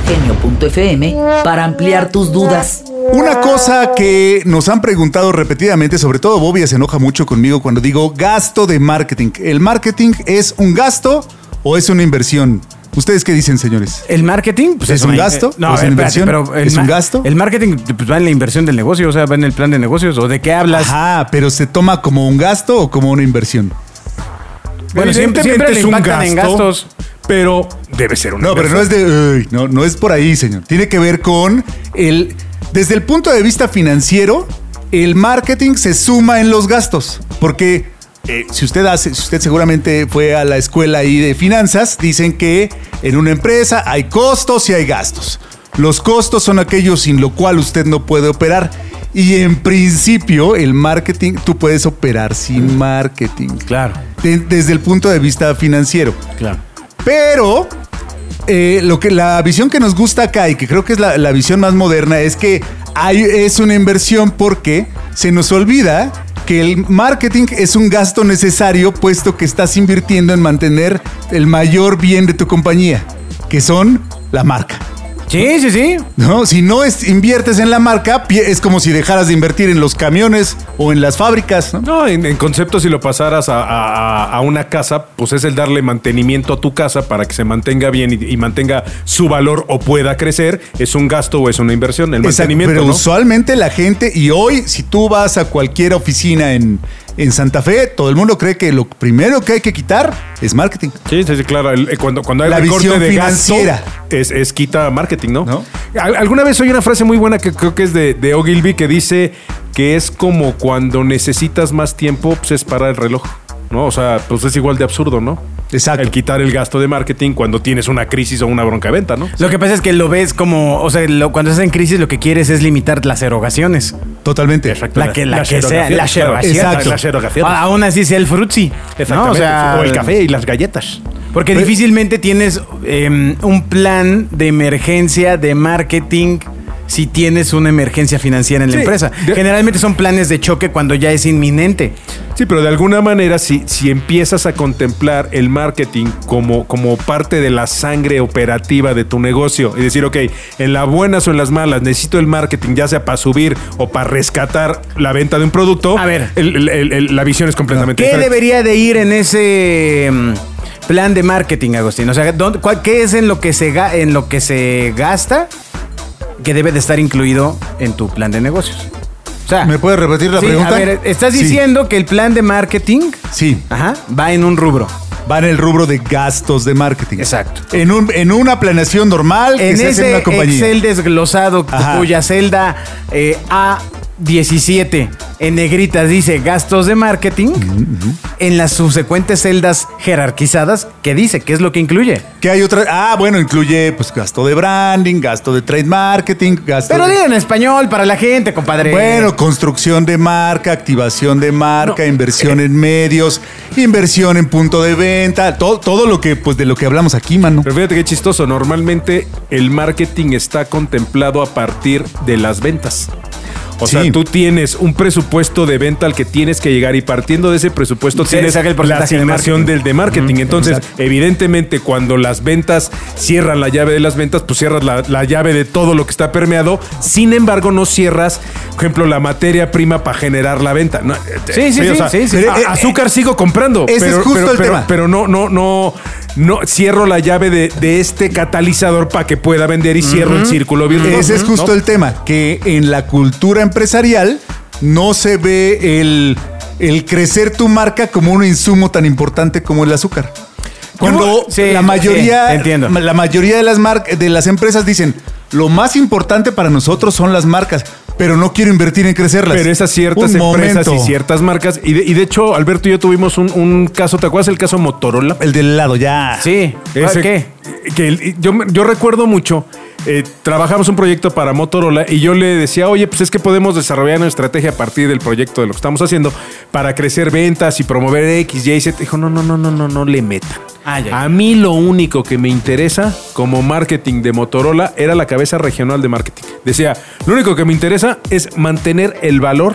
B: dioses.genio.fm para ampliar tus dudas.
D: Una cosa que nos han preguntado repetidamente, sobre todo Bobia se enoja mucho conmigo cuando digo gasto de marketing. ¿El marketing es un gasto o es una inversión? ¿Ustedes qué dicen, señores?
C: El marketing pues,
D: ¿Es un
C: una-
D: gasto?
C: No,
D: ¿O es
C: a ver,
D: una
C: espérate,
D: inversión?
C: pero el
D: ¿Es un
C: ma-
D: gasto?
C: El marketing pues, va en la inversión del negocio, o sea, va en el plan de negocios. ¿O de qué hablas?
D: Ajá, pero se toma como un gasto o como una inversión.
C: Bueno, siempre- siempre le
E: es un
C: impactan
E: gasto,
C: en gastos.
E: pero debe ser una
D: No, pero no es de. "Ay", no, no es por ahí, señor. Tiene que ver con el. Desde el punto de vista financiero, el marketing se suma en los gastos. Porque eh, si usted hace, si usted seguramente fue a la escuela ahí de finanzas, dicen que en una empresa hay costos y hay gastos. Los costos son aquellos sin lo cual usted no puede operar. Y en principio, el marketing, tú puedes operar sin marketing.
C: Claro.
D: De- desde el punto de vista financiero.
C: Claro.
D: Pero eh, lo que, la visión que nos gusta acá y que creo que es la, la visión más moderna es que hay, es una inversión porque se nos olvida que el marketing es un gasto necesario puesto que estás invirtiendo en mantener el mayor bien de tu compañía, que son la marca.
C: Sí, sí, sí.
D: ¿no? Si no es- inviertes en la marca, pie- es como si dejaras de invertir en los camiones o en las fábricas. ¿no?
E: No, en, en concepto, si lo pasaras a, a- a una casa, pues es el darle mantenimiento a tu casa para que se mantenga bien y, y mantenga su valor o pueda crecer. Es un gasto o es una inversión. El
D: Exacto,
E: mantenimiento.
D: pero
E: ¿no?
D: usualmente la gente, y hoy, si tú vas a cualquier oficina en, en Santa Fe, todo el mundo cree que lo primero que hay que quitar es marketing.
E: Sí, sí, sí, claro. el- eh, cuando, cuando hay
D: La
E: recorte
D: visión
E: de gasto,
D: financiera.
E: es, es quita marketing, ¿no?
D: ¿No?
E: Al- alguna vez oí una frase muy buena que creo que es de, de Ogilvy que dice que es como cuando necesitas más tiempo, pues es para el reloj. ¿No? O sea, pues es igual de absurdo, ¿no?
D: Exacto.
E: El quitar el gasto de marketing cuando tienes una crisis o una bronca de venta, ¿no?
C: Lo que pasa es que lo ves como, o sea, lo- cuando estás en crisis lo que quieres es limitar las erogaciones.
D: Totalmente.
E: Exacto.
C: La que, la que sea, la xerogación.
E: xerogación, claro. Exacto.
C: La
E: La
C: xerogación.
E: xerogación.
C: A- Ah, Aún así sea el frutzi. ¿no?
E: Exactamente.
C: O, sea,
E: o el café y las galletas.
C: Porque
D: Pero-
C: difícilmente tienes eh, un plan de emergencia de marketing si tienes una emergencia financiera en la
E: Sí,
C: empresa.
E: de-
C: Generalmente son planes de choque cuando ya es inminente.
E: Sí, pero de alguna manera, si, si empiezas a contemplar el marketing como, como parte de la sangre operativa de tu negocio y decir, ok, en las buenas o en las malas, necesito el marketing, ya sea para subir o para rescatar la venta de un producto,
C: A ver.
E: el- el- el- el- la visión es completamente
C: ¿Qué
E: diferente.
C: debería de ir en ese mm, plan de marketing, Agustín? O sea, ¿dónde- cuál- ¿qué es en lo, que se, ga- en lo que se gasta que debe de estar incluido en tu plan de negocios? O sea,
D: ¿Me puedes repetir la
C: sí,
D: pregunta?
C: a ver, estás
D: Sí.
C: diciendo que el plan de marketing
D: Sí,
C: ajá, va en un rubro.
D: va en el rubro de gastos de marketing.
C: Exacto.
D: En, un, en una planeación normal que
C: En
D: se hace en
C: ese
D: una compañía.
C: Excel desglosado
D: Ajá.
C: cuya celda eh, A17 en negritas dice gastos de marketing, en las subsecuentes celdas jerarquizadas, ¿qué dice? ¿Qué es lo que incluye?
D: Que hay otra. Ah, bueno, incluye pues gasto de branding, gasto de trade marketing, gasto
C: Pero
D: de-
C: diga en español para la gente, compadre.
D: Bueno, construcción de marca, activación de marca,
E: eh,
D: inversión en medios, inversión en punto de venta, todo, todo lo que, pues de lo que hablamos aquí, mano.
E: Pero fíjate qué chistoso, normalmente el marketing está contemplado a partir de las ventas. O
D: Sí.
E: sea, tú tienes un presupuesto de venta al que tienes que llegar y partiendo de ese presupuesto
C: Se
E: tienes
C: saca el
E: la
C: porcentaje de
E: asignación
C: marketing.
E: del de marketing. Entonces, evidentemente, cuando las ventas cierran la llave de las ventas, pues cierras la, la llave de todo lo que está permeado. Sin embargo, no cierras, por ejemplo, la materia prima para generar la venta. No, eh,
C: Sí, sí,
E: o
C: sí,
E: sea,
C: sí, Ah, sí.
E: a-
D: Pero, eh,
E: azúcar sigo comprando.
D: ese es justo el
E: pero-
D: tema.
E: pero no, no, no, no cierro la llave de, de este catalizador para que pueda vender y cierro el círculo virtuoso.
D: Ese es
E: ¿no?
D: justo el tema, que en la cultura empresarial no se ve el, el crecer tu marca como un insumo tan importante como el azúcar. Cuando
C: Sí,
D: la mayoría,
C: sí, entiendo.
D: la mayoría de las mar- de las empresas dicen lo más importante para nosotros son las marcas, pero no quiero invertir en crecerlas.
E: Pero esas ciertas
D: Un
E: empresas
D: momento.
E: y ciertas marcas. Y de, y de hecho, Alberto y yo tuvimos un, un caso, ¿te acuerdas el caso Motorola?
D: El del lado ya.
C: Sí.
E: Ese-
C: ¿Qué?
E: que el- yo, me- yo recuerdo mucho, eh, trabajamos un proyecto para Motorola y yo le decía, oye, pues es que podemos desarrollar una estrategia a partir del proyecto de lo que estamos haciendo para crecer ventas y promover X, Y, Z. Dijo, no, no, no, no, no, no le metan.
C: Ah, ya.
E: A mí lo único que me interesa como marketing de Motorola era la cabeza regional de marketing. Decía, lo único que me interesa es mantener el valor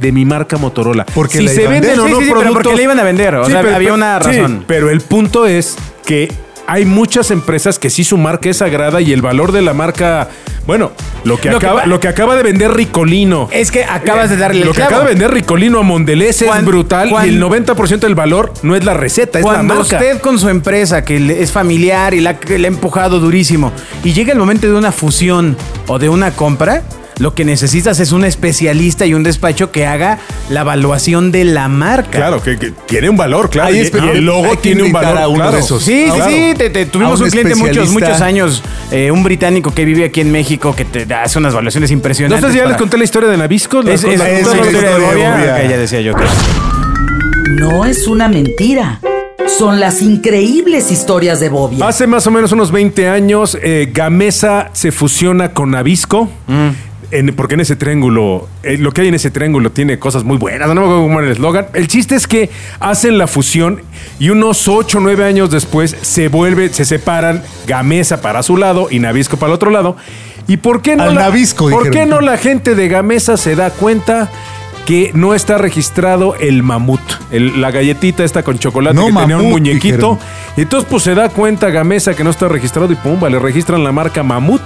E: de mi marca Motorola.
D: Porque
E: si
D: la
E: se
D: iban a
E: venden
D: vender.
E: o
C: Sí,
E: no
C: sí, sí, pero
E: productos,
C: porque la iban a vender, o sea, había una
E: sí,
C: razón.
E: pero el punto es que hay muchas empresas que sí su marca es sagrada y el valor de la marca, bueno, lo que,
C: Lo que
E: acaba,
C: pa-
E: lo que acaba de vender Ricolino.
C: Es que acabas de darle el
E: Lo que
C: clavo.
E: acaba de vender Ricolino a Mondelez es
C: Cuan-
E: brutal
C: cuan-
E: y el 90% del valor no es la receta, es la
C: Cuando
E: marca.
C: usted con su empresa, que le- es familiar y la que le ha empujado durísimo, y llega el momento de una fusión o de una compra, lo que necesitas es un especialista y un despacho que haga la evaluación de la marca.
E: Claro, que, que tiene un valor, claro.
D: Hay
E: Y-
D: espe-
E: y el
D: hay
E: logo
D: que
E: tiene un
D: invitar
E: valor.
D: a uno de
E: claro.
D: esos.
C: Sí,
E: Claro.
C: sí, sí, te- te- tuvimos
D: A un
C: un, cliente muchos,
D: especialista.
C: muchos años, eh, un británico que vive aquí en México que te hace unas evaluaciones
E: No
C: impresionantes.
E: sé si ya les
C: para-
E: conté la historia de Nabisco. la-
C: Es, es-
E: la-
C: es
D: Esa
C: una historia
D: es
C: de
D: historia de
C: Bobia.
D: Bobia.
C: Ok, ya decía yo.
B: No es una mentira. Son las increíbles historias de Bobia.
E: Hace más o menos unos 20 años, eh, Gamesa se fusiona con Nabisco.
D: Mm.
E: En- porque en ese triángulo, eh, lo que hay en ese triángulo tiene cosas muy buenas. No me acuerdo cómo era el eslogan. El chiste es que hacen la fusión y unos 8 o 9 años después se vuelve, se separan Gamesa para su lado y Nabisco para el otro lado. ¿Y por qué no,
D: Al
E: la,
D: Nabisco,
E: ¿por
D: dijeron.
E: qué no la gente de Gamesa se da cuenta? que no está registrado el mamut, el- la galletita esta con chocolate
D: No,
E: que tenía un
D: mamut,
E: muñequito.
D: Uh, dijeron.
E: Y entonces pues se da cuenta Gamesa que no está registrado y pumba, le registran la marca Mamut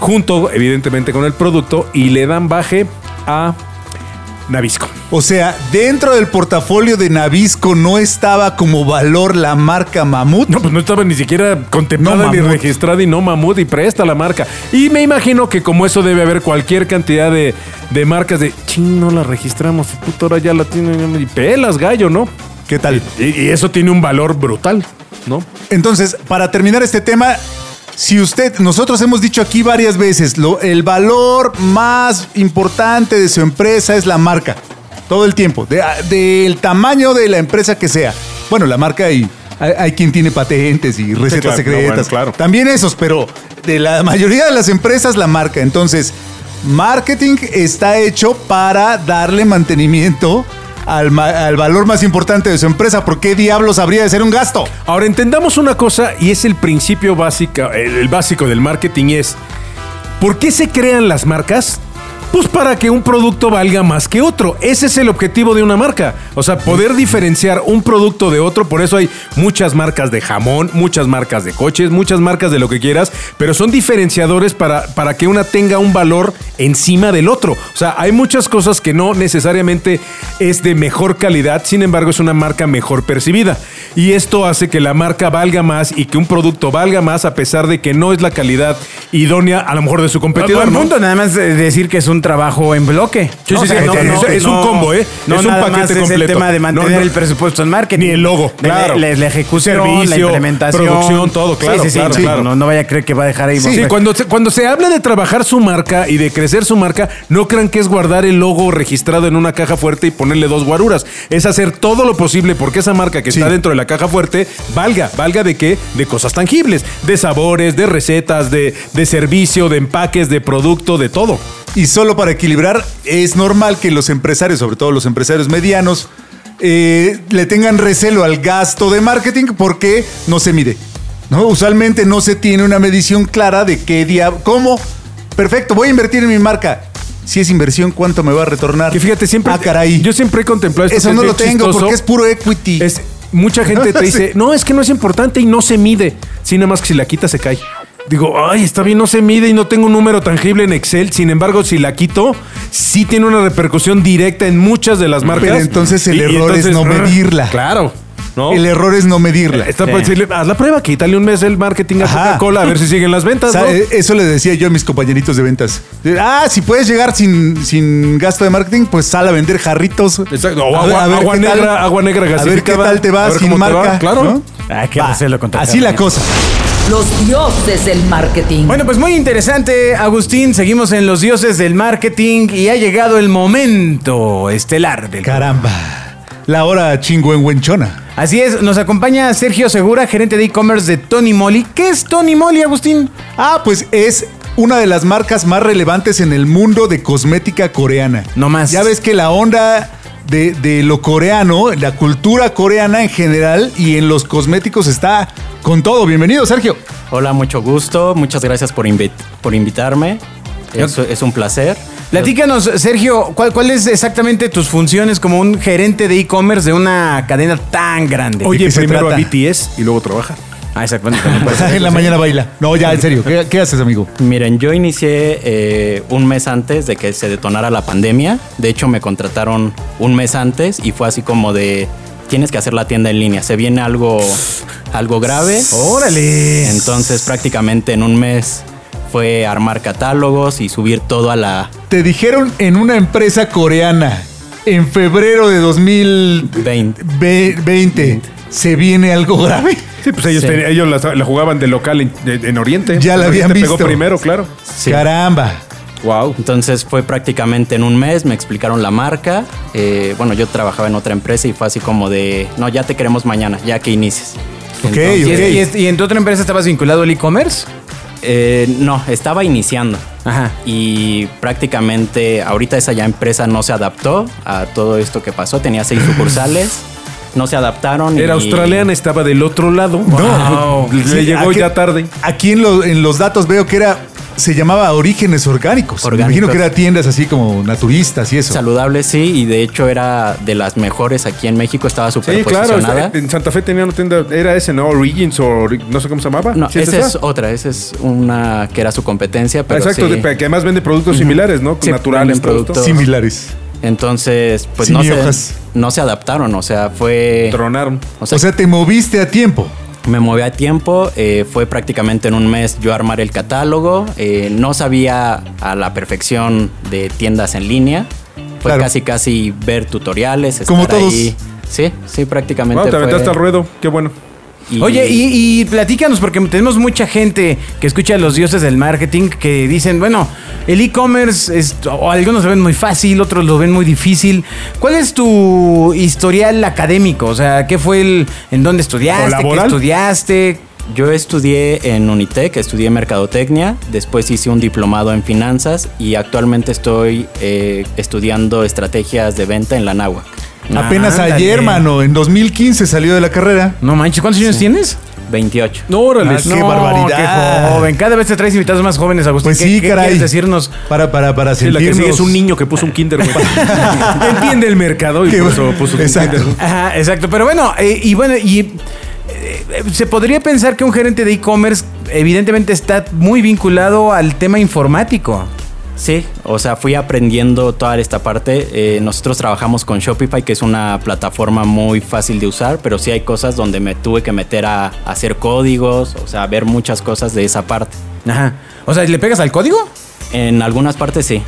E: junto evidentemente con el producto y le dan baje a Nabisco.
D: O sea, dentro del portafolio de Nabisco no estaba como valor la marca Mamut.
E: No, pues no estaba ni siquiera contemplada
D: No,
E: ni
D: Mamut.
E: registrada y no Mamut y presta la marca. Y me imagino que como eso debe haber cualquier cantidad de, de marcas de ching, no la registramos y puto ahora ya la tienen y pelas gallo, ¿no?
D: ¿Qué tal?
E: Y, y eso tiene un valor brutal, ¿no?
D: Entonces, para terminar este tema, si usted, nosotros hemos dicho aquí varias veces, lo- el valor más importante de su empresa es la marca. Todo el tiempo, de- del tamaño de la empresa que sea. Bueno, la marca y hay, hay quien tiene patentes y recetas
E: claro, no,
D: secretas.
E: bueno, claro.
D: También esos, pero de la mayoría de las empresas la marca. Entonces, marketing está hecho para darle mantenimiento al, ma- al valor más importante de su empresa. ¿Por qué diablos habría de ser un gasto?
E: Ahora entendamos una cosa y es el principio básico, el, el básico del marketing y es ¿por qué se crean las marcas? Pues para que un producto valga más que otro. Ese es el objetivo de una marca. O sea, poder diferenciar un producto de otro. Por eso hay muchas marcas de jamón, muchas marcas de coches, muchas marcas de lo que quieras. Pero son diferenciadores para, para que una tenga un valor encima del otro. O sea, hay muchas cosas que no necesariamente es de mejor calidad. Sin embargo, es una marca mejor percibida. Y esto hace que la marca valga más y que un producto valga más a pesar de que no es la calidad idónea a lo mejor de su competidor.
C: Buen
E: ¿no?
C: punto, nada más de decir que es un trabajo en bloque.
E: Sí, sí,
C: O sea,
E: sí,
C: no,
E: es-
C: no,
E: es- es un
C: no,
E: combo, ¿eh?
C: No
E: Es un
C: nada
E: paquete
C: más Es el
E: completo.
C: tema de mantener
E: No, no.
C: el presupuesto en marketing.
E: Ni el logo,
C: De la-
E: claro.
C: La, la ejecución, la
E: Servicio,
C: implementación.
E: producción, todo, claro,
C: Sí, sí, sí,
E: claro,
C: sí,
E: claro.
C: No, no vaya a creer que va a dejar ahí.
E: Sí,
C: porque-
E: cuando se, cuando se habla de trabajar su marca y de crecer su marca, no crean que es guardar el logo registrado en una caja fuerte y ponerle dos guaruras. Es hacer todo lo posible porque esa marca que está dentro de la caja fuerte valga, valga de qué? De cosas tangibles, de sabores, de recetas, de, de servicio, de empaques, de producto, de todo.
D: Y solo para equilibrar, es normal que los empresarios, sobre todo los empresarios medianos, eh, le tengan recelo al gasto de marketing porque no se mide. ¿no? Usualmente no se tiene una medición clara de qué día, cómo. Perfecto, voy a invertir en mi marca. Si es inversión, ¿cuánto me va a retornar?
E: Que fíjate, siempre.
D: Ah, caray.
E: Yo siempre he contemplado esto,
D: Eso
E: que
D: no
E: es
D: lo
E: bien
D: tengo
E: chistoso.
D: porque es puro equity.
E: Es, mucha gente te dice, no, es que no es importante y no se mide. Sí, nada más que si la quita se cae. Digo, ay, está bien, no se mide y no tengo un número tangible en Excel. Sin embargo, si la quito, sí tiene una repercusión directa en muchas de las marcas.
D: Pero entonces el error es no
E: ah,
D: medirla.
E: Claro. ¿no?
D: El er- error es no medirla.
E: Está para decirle, haz la prueba, quítale un mes el marketing a
D: Ajá.
E: Coca-Cola a ver si siguen las
D: O
E: ventas.
D: sea,
E: ¿no?
D: eh, Eso le decía yo a mis compañeritos de ventas. Ah, si puedes llegar sin, sin gasto de marketing, pues sal a vender jarritos.
E: Exacto, o
D: A ver-
E: agua,
D: a ver
E: agua
D: qué tal-
E: negra, agua negra
D: A ver qué
E: gasificada,
D: tal te
E: a
D: va
E: ver
D: sin
E: cómo te va,
D: marca.
E: claro.
D: ¿no?
C: Hay que
D: Va,
C: hacerlo con
D: Así la cosa.
B: Los dioses del marketing.
C: Bueno, pues muy interesante, Agustín. Seguimos en los dioses del marketing y ha llegado el momento estelar del
D: Caramba. La hora chingüengüenchona.
C: Así es, nos acompaña Sergio Segura, gerente de e-commerce de Tony Moly. ¿Qué es Tony Moly, Agustín?
D: Ah, pues es una de las marcas más relevantes en el mundo de cosmética coreana.
C: No más.
D: Ya ves que la onda de, de lo coreano, la cultura coreana en general y en los cosméticos está con todo. Bienvenido, Sergio.
G: Hola, mucho gusto. Muchas gracias por, invi- por invitarme. Es, es un placer.
C: Platícanos, Sergio, ¿cuál, cuál es exactamente tus funciones como un gerente de e-commerce de una cadena tan grande?
E: Oye,
D: qué se
E: primero a ¿eh?
D: trata?
E: BTS y luego trabaja.
C: Ah, exactamente. también
E: Pues,
C: puede ser.
D: en la mañana baila. No, ya, en serio. ¿Qué, qué haces, amigo?
G: Miren, yo inicié eh, un mes antes de que se detonara la pandemia. De hecho, me contrataron un mes antes y fue así como de tienes que hacer la tienda en línea. Se viene algo, algo grave.
C: Órale.
G: Entonces, prácticamente en un mes fue armar catálogos y subir todo a la
D: Te dijeron en una empresa coreana en febrero de
G: 20.
D: 2020 se viene algo grave.
E: Sí, pues ellos,
G: Sí.
E: ten- ellos la, la jugaban de local en, de- en Oriente.
D: Ya la
E: Oriente
D: habían visto.
E: pegó primero, claro.
G: Sí.
D: Caramba.
E: Wow.
G: Entonces fue prácticamente en un mes, me explicaron la marca. eh, bueno, yo trabajaba en otra empresa y fue así como de, no, ya te queremos mañana, ya que inicies.
D: Ok,
G: Entonces,
C: ¿Y, es-
D: ok.
C: y es- y en tu otra empresa estabas vinculado al e-commerce?
G: eh, no, estaba iniciando.
C: Ajá.
G: Y prácticamente ahorita esa ya empresa no se adaptó a todo esto que pasó. Tenía seis sucursales, no se adaptaron.
E: Era
G: y-
E: australiana, estaba del otro lado.
C: Wow.
E: Le
D: Sí,
E: llegó
D: aquí-
E: ya tarde.
D: Aquí en, lo- en los datos veo que era. Se llamaba Orígenes Orgánicos. Me
G: Orgánicos.
D: imagino que era tiendas así como naturistas y eso.
G: Saludable, sí, y de hecho era de las mejores aquí en México, estaba súper
E: Sí, claro. eh,
G: posicionada.
E: En Santa Fe tenía una tienda. Era ese, ¿no? Origins o no sé cómo se llamaba.
G: no,
E: eh, ¿Sí
G: esa es
E: esa?
G: otra, esa es una que era su competencia, pero
E: Exacto,
G: sí.
E: de- que además vende productos similares, ¿no?
G: Sí,
E: Naturales,
G: venden
E: productos.
G: productos.
D: Similares.
G: Entonces, pues
D: Sin
G: no se,
D: hojas.
G: no se adaptaron, o sea, fue...
E: Tronaron.
G: O sea,
D: O sea, te moviste a tiempo.
G: me moví a tiempo, eh, fue prácticamente en un mes yo armar el catálogo, eh, no sabía a la perfección de tiendas en línea, fue
D: Claro.
G: casi casi ver tutoriales, estar
D: Como todos.
G: ahí. Sí, sí, prácticamente.
E: Wow, te
G: fue-
E: aventaste al ruedo. Qué bueno.
G: y-
C: Oye, y, y platícanos, porque tenemos mucha gente que escucha a los dioses del marketing que dicen, bueno, el e-commerce, es- o algunos lo ven muy fácil, otros lo ven muy difícil. ¿Cuál es tu historial académico? O sea, ¿qué fue el, en dónde
E: ¿O
C: estudiaste? ¿Qué
E: laboral?
C: estudiaste?
G: Yo estudié en Unitec, estudié mercadotecnia, después hice un diplomado en finanzas y actualmente estoy eh, estudiando estrategias de venta en la Nahua.
D: Apenas
C: ándale.
D: ayer, mano, en 2015 salió de la carrera.
C: No manches, ¿cuántos años tienes?
G: 28.
E: No, órale.
D: Ah, qué
C: Qué
D: barbaridad.
C: joven. Cada vez te traes invitados más jóvenes, Agustín.
D: Pues
C: ¿Qué-
D: sí,
C: qué
D: caray.
C: quieres decirnos?
D: Para, para, para
E: Sí, la que
D: sentirnos.
E: sigue es un niño que puso un kinder. güey. Entiende el mercado y
D: Qué
E: por
D: bueno.
E: eso puso
D: Exacto.
E: un kinder.
C: Ajá, exacto. Pero bueno, eh, y bueno, y eh, eh, se podría pensar que un gerente de e-commerce evidentemente está muy vinculado al tema informático.
G: Sí, o sea, fui aprendiendo toda esta parte. Eh, nosotros trabajamos con Shopify, que es una plataforma muy fácil de usar, pero sí hay cosas donde me tuve que meter a, a hacer códigos, o sea, a ver muchas cosas de esa parte.
C: Ajá. O sea, ¿le pegas al código?
G: En algunas partes sí.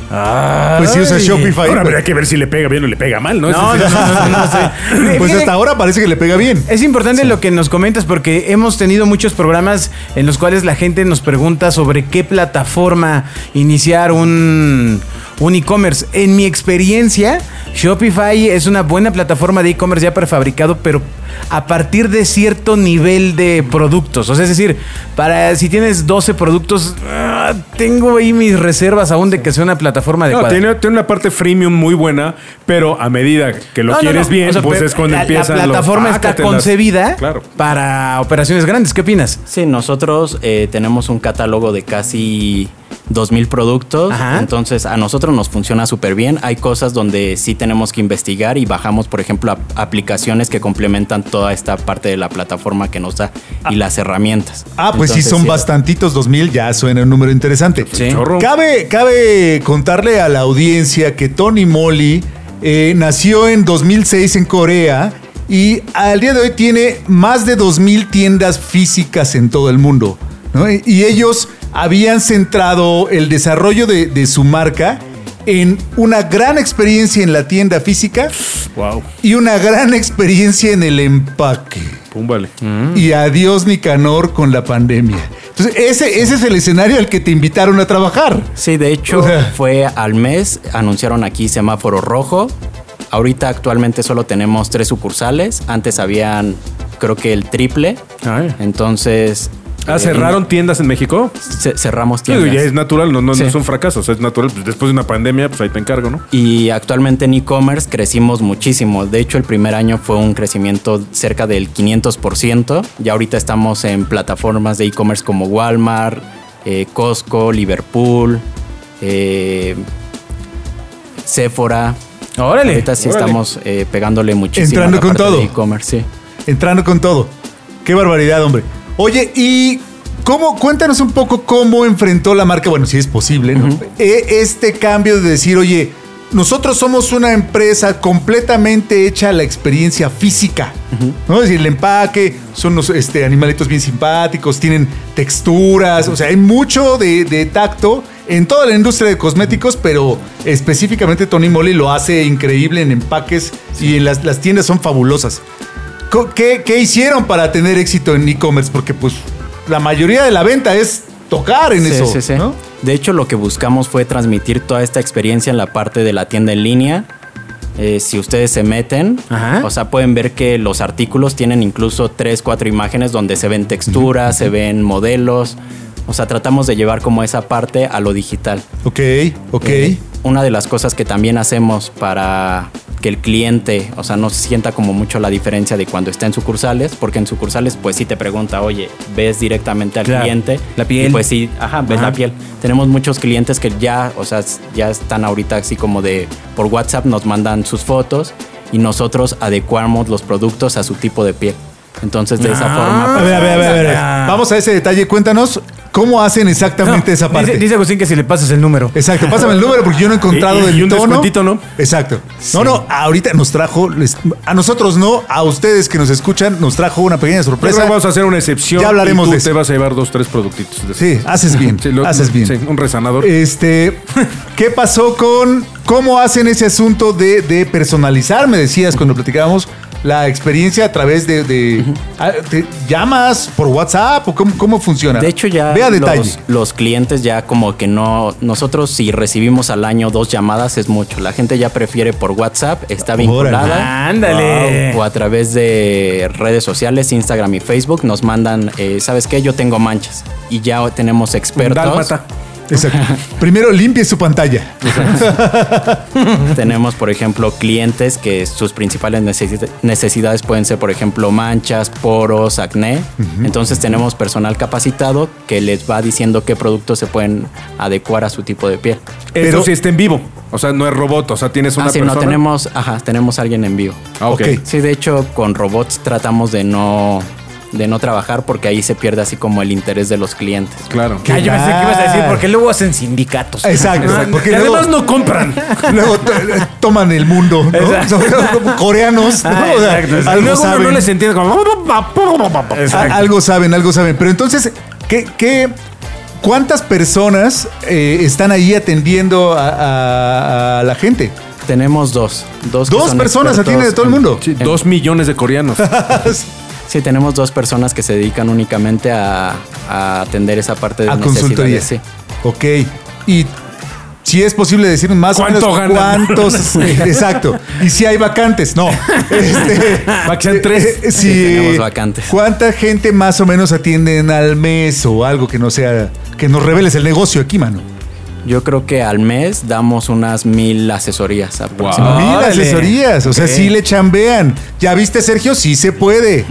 D: Pues sí, usa Shopify.
E: Ahora habría que ver si le pega bien o le pega mal, ¿no?
C: No,
E: Ese
C: no,
E: es-
C: no, no, no, no sé. Fíjate
D: Pues
C: que
D: hasta ahora parece que le pega bien.
C: Es importante lo que nos comentas porque hemos tenido muchos programas en los cuales la gente nos pregunta sobre qué plataforma iniciar un, un e-commerce. En mi experiencia, Shopify es una buena plataforma de e-commerce ya prefabricado, pero a partir de cierto nivel de productos. O sea, es decir, para si tienes 12 productos, ah, tengo ahí mis reservas aún de que sea una plataforma
E: No,
C: adecuada.
E: tiene, tiene una parte freemium muy buena, pero a medida que lo
C: No, no,
E: quieres
C: no.
E: bien,
C: O sea,
E: pues
C: pero
E: es cuando
C: la-
E: empiezan
C: La
E: los-
C: plataforma está
E: pácatelas.
C: concebida
E: Claro.
C: para operaciones grandes. ¿Qué opinas?
G: Sí, nosotros eh, tenemos un catálogo de casi 2.000 productos,
C: Ajá.
G: entonces a nosotros nos funciona súper bien. Hay cosas donde sí tenemos que investigar y bajamos, por ejemplo, ap- aplicaciones que complementan toda esta parte de la plataforma que nos da y las herramientas.
D: Ah, pues sí,
G: Entonces,
D: son bastantitos 2000, ya suena un número interesante.
C: Sí.
E: Chorro.
D: Cabe, cabe contarle a la audiencia que Tony Moly eh, nació en 2006 en Corea y al día de hoy tiene más de 2000 tiendas físicas en todo el mundo. ¿no? Y- Y ellos habían centrado el desarrollo de, de su marca en una gran experiencia en la tienda física
E: Wow.
D: y una gran experiencia en el empaque
E: Pum, vale.
C: Mm,
D: y adiós Nicanor con la pandemia. Entonces, ese, ese es el escenario al que te invitaron a trabajar.
G: Sí, de hecho,
D: O sea.
G: fue al mes, anunciaron aquí semáforo rojo. Ahorita actualmente solo tenemos tres sucursales, antes habían creo que el triple.
E: Ay.
G: Entonces...
E: Ah,
G: eh,
E: ¿cerraron tiendas en México?
G: ce- cerramos
E: Digo,
G: tiendas.
E: ya es natural, no, no, no
G: Sí.
E: es un fracaso. o sea, es natural. pues, después de una pandemia, pues ahí te encargo, ¿no?
G: Y actualmente en e-commerce crecimos muchísimo. De hecho, el primer año fue un crecimiento cerca del 500%. Ya ahorita estamos en plataformas de e-commerce como Walmart, eh, Costco, Liverpool, eh, Sephora.
C: Órale.
G: Ahorita sí
E: órale.
G: estamos eh, pegándole muchísimo.
D: Entrando
G: a la
D: con
G: parte
D: todo.
G: de E-commerce, sí.
D: Entrando con todo. Qué barbaridad, hombre. Oye, y cómo, cuéntanos un poco cómo enfrentó la marca, bueno, si es posible, ¿no? E- este cambio de decir, oye, nosotros somos una empresa completamente hecha a la experiencia física. ¿no? Es decir, el empaque, son los este, animalitos bien simpáticos, tienen texturas, o sea, hay mucho de, de tacto en toda la industria de cosméticos, pero específicamente Tony Moly lo hace increíble en empaques y en las, las tiendas son fabulosas. Co- ¿Qué, qué hicieron para tener éxito en e-commerce? Porque pues la mayoría de la venta es tocar en
G: Sí,
D: eso.
G: sí, sí.
D: ¿no?
G: De hecho, lo que buscamos fue transmitir toda esta experiencia en la parte de la tienda en línea. Eh, si ustedes se meten,
C: Ajá.
G: o sea, pueden ver que los artículos tienen incluso tres, cuatro imágenes donde se ven texturas, se ven modelos. O sea, tratamos de llevar como esa parte a lo digital.
D: Ok, ok.
G: Eh, una de las cosas que también hacemos para que el cliente, o sea, no sienta como mucho la diferencia de cuando está en sucursales, porque en sucursales pues sí te pregunta, oye, ves directamente al
C: Claro,
G: cliente.
C: la piel.
G: Y pues sí, ajá, ves
C: Ajá.
G: la piel. Tenemos muchos clientes que ya, o sea, s- ya están ahorita así como de, por WhatsApp nos mandan sus fotos y nosotros adecuamos los productos a su tipo de piel. Entonces de esa forma... pues,
D: A ver, a ver, a ver, a ver.
C: Ah.
D: Vamos a ese detalle. Cuéntanos cómo hacen exactamente
C: No,
D: esa parte.
C: Dice, dice Agustín que si le pasas el número.
D: Exacto, pásame el número porque yo no he encontrado
E: Y- y-
D: el
E: y un
D: tono.
E: descuentito, ¿no?
D: Exacto. No, no, ahorita nos trajo, les- a nosotros no, a ustedes que nos escuchan, nos trajo una pequeña
E: Yo creo
D: sorpresa.
E: que vamos a hacer una excepción.
D: Ya hablaremos
E: y tú
D: de eso.
E: Te vas a llevar dos, tres productitos. de
D: Sí,
E: esos.
D: haces bien,
E: Sí, lo-
D: haces bien.
E: sí, un resanador.
D: Este, ¿qué pasó con cómo hacen ese asunto de, de personalizar? Me decías cuando platicábamos la experiencia a través de, de- ah, ¿te llamas por WhatsApp o cómo, cómo funciona.
G: De hecho, ya
D: vea
G: los,
D: detalle.
G: los clientes ya como que no. Nosotros, si recibimos al año dos llamadas, es mucho. La gente ya prefiere por WhatsApp, está vinculada.
C: Ándale.
G: O a través de redes sociales, Instagram y Facebook, nos mandan, eh, ¿sabes qué? Yo tengo manchas. Y ya tenemos expertos.
E: dálmata.
D: Exacto. Primero limpie su pantalla.
G: Tenemos, por ejemplo, clientes que sus principales necesi- necesidades pueden ser, por ejemplo, manchas, poros, acné. Entonces tenemos personal capacitado que les va diciendo qué productos se pueden adecuar a su tipo de piel.
E: Pero
D: Pero-
E: si está en vivo. O sea, no es robot. O sea, tienes una
G: Ah, sí,
E: persona.
G: no tenemos, ajá, tenemos a alguien en vivo.
E: Ah, ok.
D: Ok.
G: Sí, de hecho, con robots tratamos de no de no trabajar porque ahí se pierde así como el interés de los clientes.
E: Claro.
C: Ah, yo pensé que ibas a decir,
D: tal?
C: porque luego hacen sindicatos.
D: Exacto,
C: Ah,
D: porque
C: y
D: luego-
C: además no compran.
D: Luego to- toman el mundo, ¿no?
C: Exacto.
D: Sobre todo como coreanos, ¿no?
C: Ah,
D: O sea,
C: exacto, exacto.
D: algo
C: Luego uno
D: saben.
C: no les entiende como...
D: A- Algo saben, algo saben. Pero entonces, ¿qué, qué- cuántas personas eh, están ahí atendiendo a, a- a la gente?
G: Tenemos dos. Dos, que
D: Dos
G: son
D: personas
G: expertos
D: atienden de todo el
G: en-
D: mundo.
E: Sí, dos millones de coreanos.
G: Sí, tenemos dos personas que se dedican únicamente a, a atender esa parte de
D: a consultoría.
G: necesidades, sí.
D: Ok. Y si es posible decir más o menos
E: ¿Cuánto ganan?
D: cuántos. Sí, Exacto. Y si hay vacantes. No. Este,
E: Va que sean tres.
D: eh,
G: Sí,
D: si-
G: tenemos vacantes.
D: ¿Cuánta gente más o menos atienden al mes o algo que no sea. Que nos reveles el negocio aquí, mano?
G: Yo creo que al mes damos unas mil asesorías aproximadamente.
D: Mil
C: Órale.
D: asesorías. O sea,
C: Ok.
D: sí le chambean. ¿Ya viste, Sergio? Sí se puede.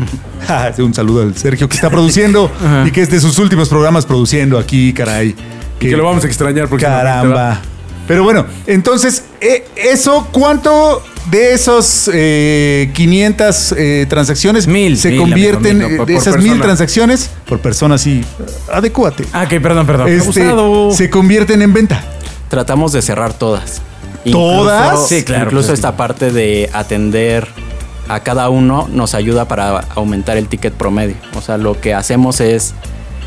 D: Ja, Ah, Un saludo al Sergio que está produciendo y que es de sus últimos programas produciendo aquí, caray.
E: Y que lo vamos a extrañar porque
D: Caramba. Pero bueno, entonces, e- eso, ¿cuánto de esos eh, 500 eh, transacciones
C: Mil,
D: se
C: mil,
D: convierten,
E: amigo mío,
D: eh,
E: por-
D: de
E: por
D: esas mil
E: persona.
D: transacciones, por persona sí, adecúate,
C: Ah, ok, perdón, perdón.
D: este,
C: Abusado.
D: se convierten en venta?
G: Tratamos de cerrar todas.
D: ¿Todas?
C: Sí, claro,
G: Incluso
C: pues,
G: esta parte de atender a cada uno nos ayuda para aumentar el ticket promedio. O sea, lo que hacemos es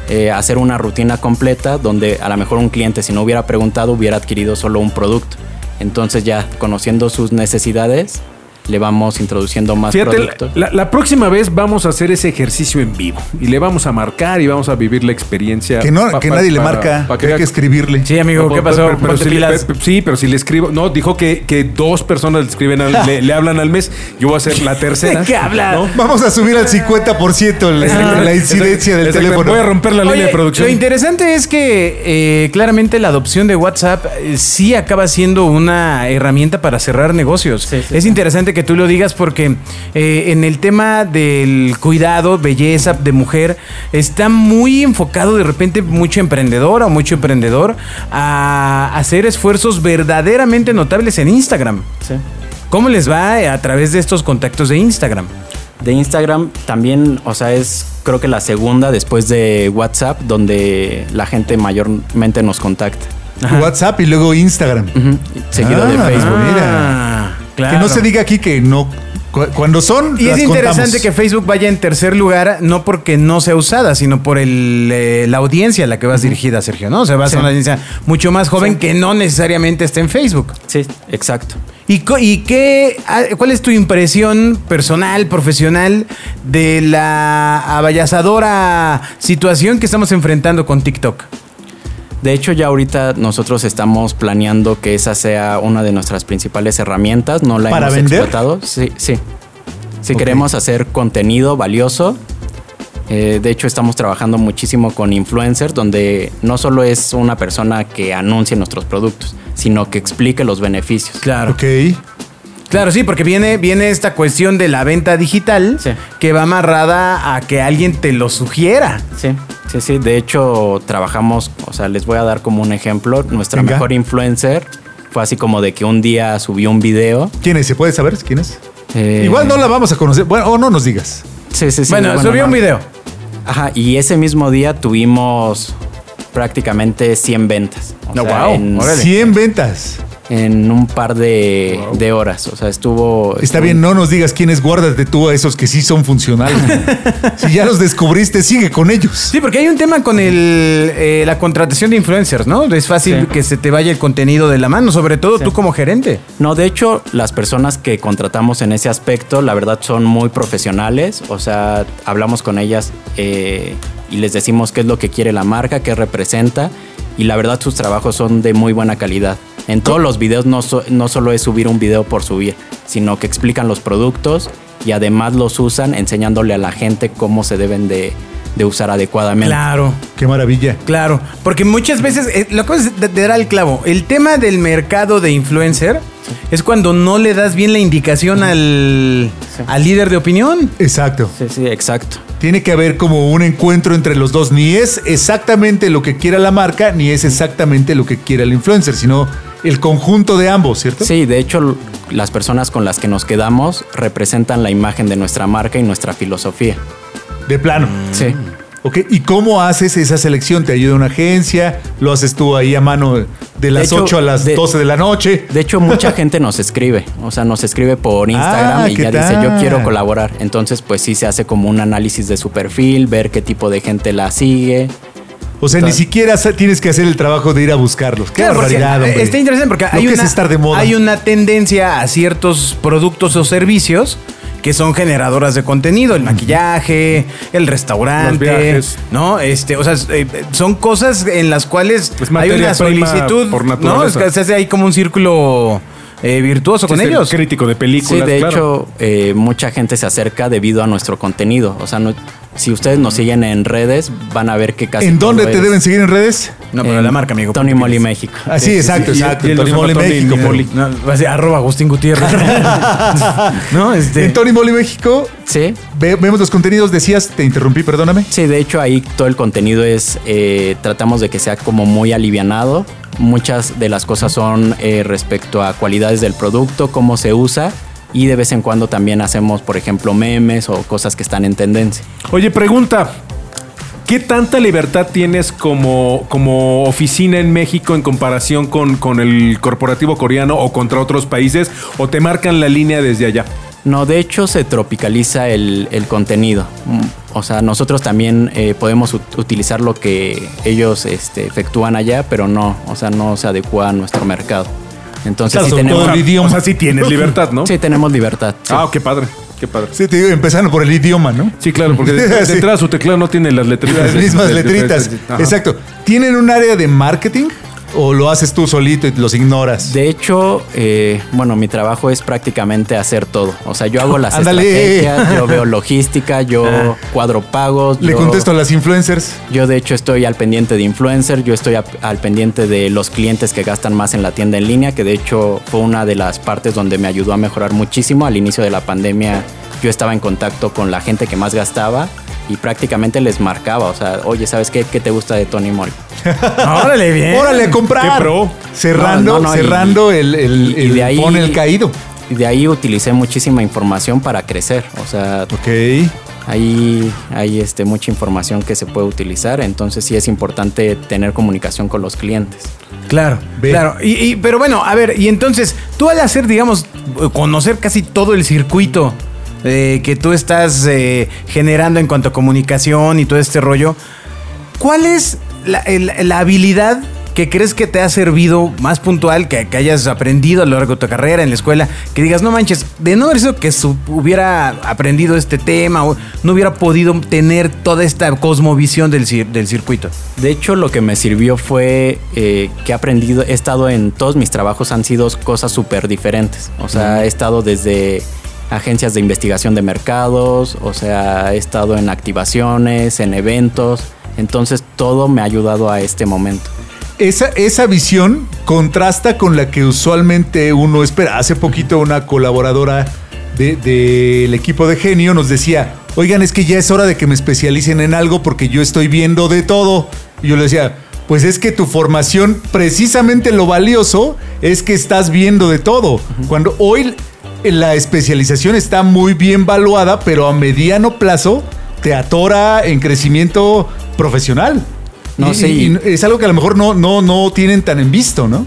G: eh, hacer una rutina completa donde a lo mejor un cliente si no hubiera preguntado hubiera adquirido solo un producto. Entonces ya conociendo sus necesidades le vamos introduciendo más
E: Fíjate, la,
G: productos.
E: la- la próxima vez vamos a hacer ese ejercicio en vivo y le vamos a marcar y vamos a vivir la experiencia.
D: Que, no,
E: pa-
D: que
E: pa-
D: nadie le
E: para-
D: marca,
E: para que
D: hay
E: vea-
D: que escribirle.
C: Sí, amigo,
E: No,
C: ¿qué
E: pero-
C: pasó?
E: pero- pero
C: Ponte
E: si le-
C: pilas.
E: pe- pe- sí, pero si le escribo. No, dijo que, que dos personas le escriben, al- le, le hablan al mes. Yo voy a ser la tercera.
C: ¿De qué habla?
E: ¿no?
D: Vamos a subir al 50% la, la incidencia del
E: Ah. Exacto,
D: teléfono.
E: Voy a romper la
C: Oye,
E: línea de producción.
C: Lo interesante es que eh, claramente la adopción de WhatsApp eh, sí acaba siendo una herramienta para cerrar negocios. es interesante que tú lo digas porque eh, en el tema del cuidado, belleza de mujer, está muy enfocado de repente mucho emprendedor o mucho emprendedor a hacer esfuerzos verdaderamente notables en Instagram.
G: Sí.
C: ¿Cómo les va eh, a través de estos contactos de Instagram?
G: De Instagram también, o sea, es creo que la segunda después de WhatsApp donde la gente mayormente nos contacta.
D: WhatsApp y luego Instagram.
G: Ujú, Seguido de
D: Ah,
G: Facebook.
D: mira.
C: claro.
D: Que no se diga aquí que no. cu- Cuando son.
C: Y es
D: las
C: interesante
D: contamos.
C: que Facebook vaya en tercer lugar, no porque no sea usada, sino por el, eh, la audiencia a la que vas dirigida, Sergio, ¿no? O sea, vas a una audiencia mucho más joven que no necesariamente está en Facebook.
G: Sí, exacto.
C: ¿Y, co- y qué, ah, cuál es tu impresión personal, profesional, de la abayazadora situación que estamos enfrentando con TikTok?
G: De hecho, ya ahorita nosotros estamos planeando que esa sea una de nuestras principales herramientas. No la
D: ¿Para
G: hemos
D: vender?
G: explotado. Sí, sí. Si queremos hacer contenido valioso, eh, de hecho estamos trabajando muchísimo con influencers, donde no solo es una persona que anuncie nuestros productos, sino que explique los beneficios.
C: Claro.
D: Ok.
C: Claro, sí, porque viene, viene esta cuestión de la venta digital
G: Sí.
C: que va amarrada a que alguien te lo sugiera.
G: Sí, sí, sí. De hecho, trabajamos, o sea, les voy a dar como un ejemplo. Nuestra
D: Venga.
G: mejor influencer fue así como de que un día subió un video.
D: ¿Quién es? ¿Se puede saber quién es?
G: eh,
D: Igual no la vamos a conocer. Bueno, o no nos digas.
G: Sí, sí, sí.
C: bueno, subió
G: no.
C: un video.
G: Ajá, y ese mismo día tuvimos prácticamente 100 ventas. O
C: No,
G: sea,
C: wow,
G: en,
C: órale.
D: 100 ventas.
G: en un par de, de horas. O sea, estuvo.
D: Está
G: estuvo-
D: bien, no nos digas quiénes guárdate tú a esos que sí son funcionales. si ya los descubriste, sigue con ellos.
C: Sí, porque hay un tema con el, eh, la contratación de influencers, ¿no? Es fácil
G: Sí.
C: que se te vaya el contenido de la mano, sobre todo tú como gerente.
G: No, de hecho, las personas que contratamos en ese aspecto, la verdad, son muy profesionales. O sea, hablamos con ellas eh, y les decimos qué es lo que quiere la marca, qué representa. Y la verdad, sus trabajos son de muy buena calidad. En todos los videos no, so- no solo es subir un video por subir, sino que explican los productos y además los usan enseñándole a la gente cómo se deben de, de usar adecuadamente.
C: Claro.
D: Qué maravilla.
C: Claro, porque muchas veces, eh, lo acabas de, de dar al clavo, el tema del mercado de influencer es cuando no le das bien la indicación al, al líder de opinión.
D: Exacto.
G: Sí, sí, exacto.
D: Tiene que haber como un encuentro entre los dos. Ni es exactamente lo que quiera la marca, ni es exactamente lo que quiera el influencer, sino el conjunto de ambos, ¿cierto?
G: Sí, de hecho, l- las personas con las que nos quedamos representan la imagen de nuestra marca y nuestra filosofía.
D: De plano.
C: Mm.
G: Sí.
D: Ok, ¿y cómo haces esa selección? ¿Te ayuda una agencia? ¿Lo haces tú ahí a mano de las
G: hecho,
D: 8 a las
G: de-
D: 12 de la noche?
G: De hecho, mucha gente nos escribe. O sea, nos escribe por Instagram
D: Ah,
G: y
D: ¿qué
G: ya dice, yo
D: tal?
G: quiero colaborar. Entonces, pues sí se hace como un análisis de su perfil, ver qué tipo de gente la sigue.
D: O sea, ni siquiera sa- tienes que hacer el trabajo de ir a buscarlos. Qué
C: porque
D: barbaridad,
C: eh,
D: hombre.
C: está interesante porque
D: Lo
C: hay
D: que
C: una,
D: es estar de moda.
C: hay una tendencia a ciertos productos o servicios que son generadoras de contenido, el maquillaje, el restaurante,
E: Los viajes.
C: ¿no? Este, o sea, es, eh, son cosas en las cuales
E: Es
C: hay
E: materia
C: una
E: prima
C: solicitud,
E: por
C: ¿no?
E: naturaleza.
C: Es que se hace ahí como un círculo eh, virtuoso con
E: Es el
C: ellos.
E: Crítico de
G: Sí,
E: películas.
G: de
E: claro.
G: hecho, eh, mucha gente se acerca debido a nuestro contenido. O sea, no- si ustedes nos siguen en redes, van a ver que casi...
D: Mm. ¿En
G: todo
D: dónde te
G: es-
D: deben seguir en redes?
C: No, pero
G: en
C: la marca, amigo.
G: Eh, Tony Moly México.
D: Ah, sí, exacto,
E: sí,
D: exacto.
E: y- y
D: En
E: en los
D: Tony Moly
E: zapatos
D: México.
E: ni-
D: Poli.
C: No, va a ser arroba Agustín Gutiérrez. no, este.
D: En Tony Moly México
G: Sí.
D: ve- vemos los contenidos. Decías, te interrumpí, perdóname.
G: Sí, de hecho ahí todo el contenido es, eh, tratamos de que sea como muy alivianado. Muchas de las cosas son eh, respecto a cualidades del producto, cómo se usa y de vez en cuando también hacemos, por ejemplo, memes o cosas que están en tendencia.
E: Oye, pregunta. ¿Qué tanta libertad tienes como, como oficina en México en comparación con, con el corporativo coreano o contra otros países? ¿O te marcan la línea desde allá?
G: No, de hecho se tropicaliza el, el contenido. Mm, O sea, nosotros también eh, podemos ut- utilizar lo que ellos este, efectúan allá, pero no, o sea, no se adecua a nuestro mercado. Entonces
D: Claro,
G: sí
D: sobre
G: tenemos,
D: todo el idioma.
E: O sea, sí tienes libertad, ¿no?
G: sí tenemos libertad. sí.
E: Ah, qué padre, qué padre.
D: Sí, te digo, empezando por el idioma, ¿no?
E: Sí, claro, porque de, de
D: Sí.
E: entrada su teclado no tiene las letritas.
D: Las mismas
E: De- de- de-
D: letritas.
E: ajá.
D: Exacto. ¿Tienen un área de marketing o lo haces tú solito y los ignoras?
G: De hecho, eh, bueno, mi trabajo es prácticamente hacer todo. O sea, yo hago las
D: Ándale. Ah.
G: estrategias, yo veo logística, yo cuadro pagos.
D: Le
G: yo,
D: contesto a las influencers.
G: Yo de hecho estoy al pendiente de influencer, yo estoy a- al pendiente de los clientes que gastan más en la tienda en línea, que de hecho fue una de las partes donde me ayudó a mejorar muchísimo. Al inicio de la pandemia yo estaba en contacto con la gente que más gastaba y prácticamente les marcaba, o sea, oye, ¿sabes qué? ¿Qué te gusta de Tony Moll?
C: Órale, bien.
D: Órale, a comprar.
E: Qué pro.
D: Cerrando,
G: No, no, no, y-
D: cerrando el, el,
G: y- y de
D: el
G: ahí-
D: funnel caído.
G: Y de ahí utilicé muchísima información para crecer, o sea,
D: Ok.
G: Ahí hay este, mucha información que se puede utilizar, entonces sí es importante tener comunicación con los clientes.
C: Claro,
D: Ve.
C: claro. Y, y- pero bueno, a ver, y entonces, tú al hacer, digamos, conocer casi todo el circuito eh, que tú estás eh, generando en cuanto a comunicación y todo este rollo, ¿cuál es la, el- la habilidad que crees que te ha servido más puntual, que, que hayas aprendido a lo largo de tu carrera en la escuela? Que digas, no manches, de no haber sido que su- hubiera aprendido este tema, o no hubiera podido tener toda esta cosmovisión del, cir- del circuito.
G: De hecho, lo que me sirvió fue eh, que he aprendido, he estado en todos mis trabajos, han sido cosas súper diferentes. O sea, he estado desde agencias de investigación de mercados, o sea, he estado en activaciones, en eventos. Entonces, todo me ha ayudado a este momento.
D: Esa, esa visión contrasta con la que usualmente uno espera. Hace poquito una colaboradora de- del equipo de genio nos decía, oigan, es que ya es hora de que me especialicen en algo porque yo estoy viendo de todo. Y yo le decía, pues es que tu formación, precisamente lo valioso, es que estás viendo de todo. Cuando hoy la especialización está muy bien valuada, pero a mediano plazo te atora en crecimiento profesional.
G: No,
D: Y-
G: sí.
D: y- y es algo que a lo mejor no, no, no tienen tan en visto, ¿no?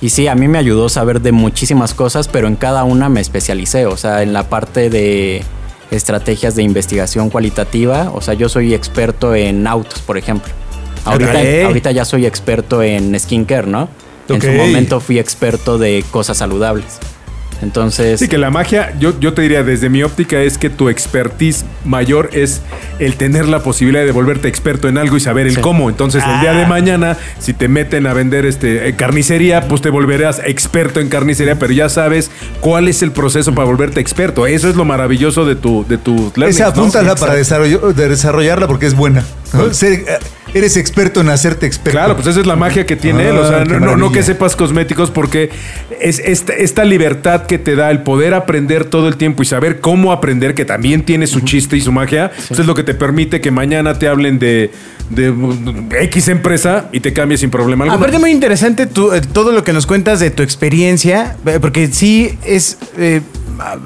G: Y sí, a mí me ayudó saber de muchísimas cosas, pero en cada una me especialicé. O sea, en la parte de estrategias de investigación cualitativa, o sea, yo soy experto en autos, por ejemplo. Ahorita,
C: Ok.
G: ahorita ya soy experto en skincare, ¿no? En su
D: Ok.
G: momento fui experto de cosas saludables. Entonces,
E: Sí, que la magia, yo, yo te diría, desde mi óptica, es que tu expertise mayor es el tener la posibilidad de volverte experto en algo y saber el cómo. Entonces, el día de
D: Ah.
E: mañana, si te meten a vender este eh, carnicería, pues te volverás experto en carnicería, pero ya sabes cuál es el proceso para volverte experto. Eso es lo maravilloso de tu, de tu learning,
D: Esa
E: ¿no?
D: apúntala
E: Exacto.
D: para desarrollo- de desarrollarla porque es buena. ¿no? Ser- eh, eres experto en hacerte experto.
E: Claro, pues esa es la magia que tiene él. O
D: Ah,
E: sea,
D: qué
E: no, no- no
D: maravilla.
E: que sepas cosméticos, porque es esta, esta libertad que te da el poder aprender todo el tiempo y saber cómo aprender, que también tiene su chiste y su magia, eso es lo que te permite que mañana te hablen de, de X empresa y te cambies sin problema alguno.
C: Aparte muy interesante tu- eh, todo lo que nos cuentas de tu experiencia, eh, porque sí es... eh, a-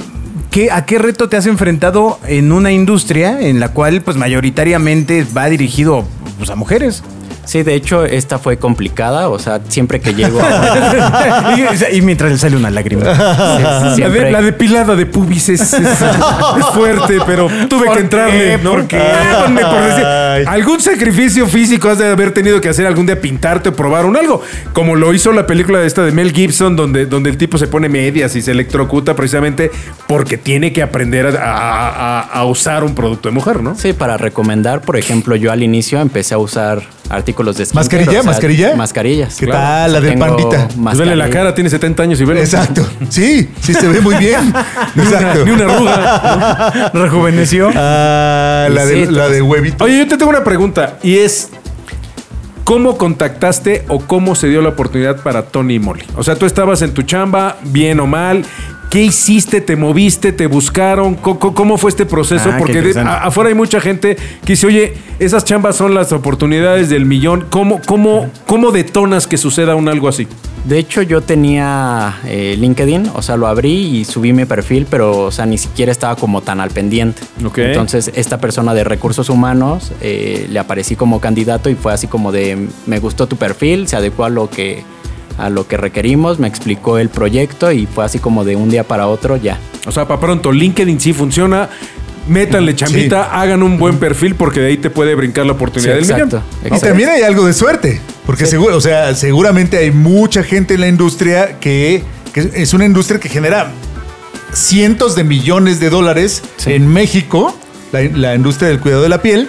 C: ¿qué- ¿A qué reto te has enfrentado en una industria en la cual pues mayoritariamente va dirigido pues, a mujeres?
G: sí, de hecho, esta fue complicada. O sea, siempre que llego a-
C: y, y mientras le sale una lágrima.
G: sí,
E: la, de-
G: Ah, siempre-
E: la depilada de pubis es, es- es fuerte, pero tuve
C: ¿Por
E: que
C: qué?
E: entrarle. ¿no?
C: ¿Por qué?
E: Ah, ponme por decir,
D: Ay.
E: algún sacrificio físico has de haber tenido que hacer algún día pintarte o probar un algo. Como lo hizo la película esta de Mel Gibson, donde, donde el tipo se pone medias y se electrocuta precisamente porque tiene que aprender a, a- a- a usar un producto de mujer, ¿no?
G: Sí, para recomendar, por ejemplo, yo al inicio empecé a usar artículos de skincare,
D: ¿Mascarilla? ¿Mascarilla?
G: Mascarillas.
D: ¿Qué tal? La de
G: tengo
D: Pandita.
E: Pues vele la
G: mascarilla.
E: cara, tiene 70 años y vele.
D: Exacto. Sí, sí se ve muy bien. Exacto.
E: Ni una arruga.
C: Rejuveneció.
D: Ah, la, de,
G: Sí,
D: la de huevito.
E: Oye, yo te tengo una pregunta y es ¿cómo contactaste o cómo se dio la oportunidad para Tony y Molly? O sea, tú estabas en tu chamba, bien o mal, ¿qué hiciste? ¿Te moviste? ¿Te buscaron? Co- co- ¿Cómo, fue este proceso?
C: Ah, qué
E: Porque de-
C: interesante.
E: a- afuera hay mucha gente que dice, oye, esas chambas son las oportunidades del millón. ¿Cómo, cómo, cómo detonas que suceda un algo así?
G: De hecho, yo tenía eh, LinkedIn, o sea, lo abrí y subí mi perfil, pero, o sea, ni siquiera estaba como tan al pendiente.
E: Ok.
G: Entonces, esta persona de recursos humanos eh, le aparecí como candidato y fue así como de, me gustó tu perfil, se adecuó a lo que a lo que requerimos, me explicó el proyecto y fue así como de un día para otro ya.
E: O sea, para pronto, LinkedIn sí funciona. Métanle chambita, hagan un buen perfil porque de ahí te puede brincar la oportunidad
G: Sí,
E: del
G: exacto,
E: millón.
D: Y
G: exacto.
D: también hay algo de suerte, porque seguro, o sea, seguramente hay mucha gente en la industria que, que es una industria que genera cientos de millones de dólares en México, la, la industria del cuidado de la piel.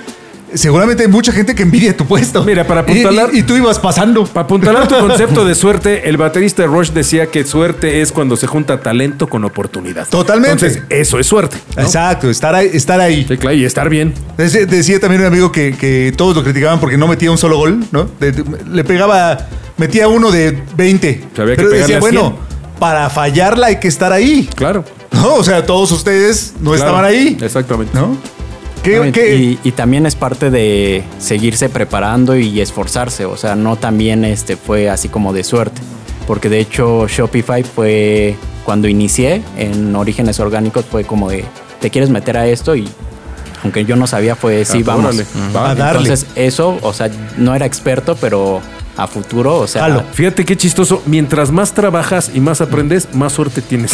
D: Seguramente hay mucha gente que envidia tu puesto.
E: Mira, para
D: Y-
E: apuntalar-
D: Y, y tú ibas pasando.
E: Para apuntalar tu concepto de suerte, el baterista de Rush decía que suerte es cuando se junta talento con oportunidad.
D: Totalmente.
E: Entonces, eso es suerte. ¿no?
D: Exacto, estar ahí. Estar ahí.
E: Sí, claro, y estar bien.
D: Dece- Decía también un amigo que, que todos lo criticaban porque no metía un solo gol, ¿no? De- de- le pegaba, metía uno de 20.
E: O sea, había que
D: pero
E: pegarle
D: decía,
E: a
D: bueno, para fallarla hay que estar ahí.
E: Claro.
D: No, o sea, todos ustedes no
E: Claro,
D: Pues estaban ahí,
E: Exactamente.
D: ¿no? ¿Qué,
G: Exactamente,
D: qué-
G: Y, y también es parte de seguirse preparando y esforzarse. O sea, no también este, fue así como de suerte. Porque de hecho Shopify fue cuando inicié en Orígenes Orgánicos fue como de, te quieres meter a esto y aunque yo no sabía, fue sí,
E: Ah,
G: vamos. Mm.
E: órale, va.
D: A darle.
G: Entonces, eso, o sea, no era experto, pero a futuro, o sea,
D: Jalo.
E: Fíjate qué chistoso. Mientras más trabajas y más aprendes, más suerte tienes.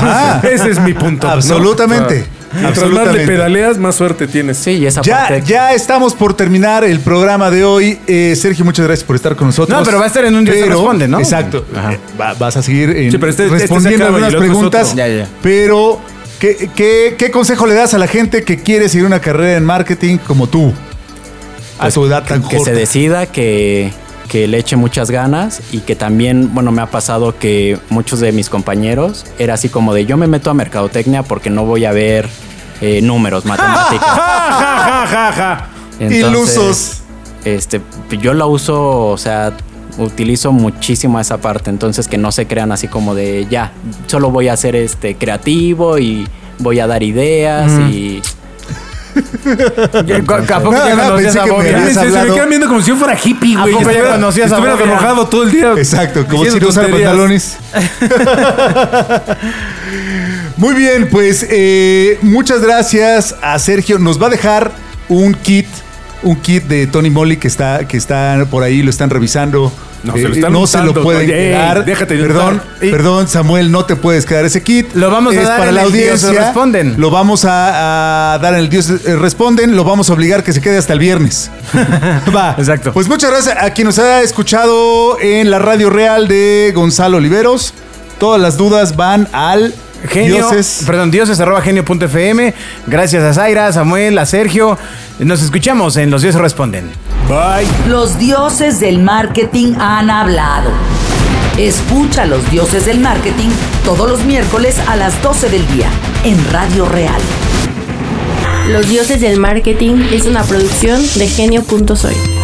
D: Ajá.
E: Ese es mi punto. ¿no?
D: Ah. Absolutamente.
E: O sea, mientras más
D: Absolutamente.
E: le pedaleas, más suerte tienes.
G: sí, y esa
D: Ya,
G: parte.
D: ya estamos por terminar el programa de hoy. Eh, Sergio, muchas gracias por estar con nosotros.
C: No, pero va a estar en un día se
D: Pero-
C: responde, ¿no?
D: Exacto. Eh, va- vas a seguir en-
E: Sí, pero este- este se
D: respondiendo
E: acaba y
D: algunas
E: el otro es
D: preguntas.
E: otro.
C: Ya, ya.
D: Pero, ¿qué, qué, qué consejo le das a la gente que quiere seguir una carrera en marketing como tú? A
G: Pues,
D: tu edad tan
G: que
D: corta.
G: se decida, que, que le eche muchas ganas y que también, bueno, me ha pasado que muchos de mis compañeros era así como de yo me meto a mercadotecnia porque no voy a ver eh, números, matemáticas. Entonces,
D: Ilusos.
G: Este, yo la uso, o sea, utilizo muchísimo esa parte, entonces que no se crean así como de ya, solo voy a ser este creativo y voy a dar ideas y
C: ¿A poco
D: Nada,
C: ya
D: nada,
C: conocías
D: pensé
C: a
D: que
C: Bob?
D: me-
C: Ya
D: habías
E: Se, se me
D: hablado.
E: quedan viendo como si yo fuera hippie,
C: ¿A
E: güey.
C: poco ya
E: Estuviera-
C: conocías a
E: Estuviera
C: Bobia?
E: enojado todo el día.
D: Exacto, como si
E: diciendo
D: no usara
E: tonterías.
D: pantalones. Muy bien, pues eh, muchas gracias a Sergio. Nos va a dejar un kit, un kit de Tony Moly que está, que está por ahí, lo están revisando. Eh,
E: No, se lo están
D: no se lo
E: untando,
D: pueden
E: Toño. Ey,
D: quedar.
E: déjate de
D: perdón,
E: untar.
C: Y-
D: perdón, Samuel, no te puedes quedar ese kit.
C: Lo vamos a dar en el Dios Responden.
D: Lo vamos a, a dar en el Dios eh, Responden. Lo vamos a obligar que se quede hasta el viernes. Va.
C: Exacto.
D: Pues muchas gracias a quien nos ha escuchado en la radio real de Gonzalo Oliveros. Todas las dudas van al
C: Genio,
D: Dioses.
C: perdón, dioses arroba genio.fm. Gracias a Zaira, a Samuel, a Sergio. Nos escuchamos en Los Dioses Responden.
B: Los dioses del marketing han hablado. Escucha a los dioses del marketing todos los miércoles a las 12 del día en Radio Real.
A: Los Dioses del Marketing es una producción de genio.soy.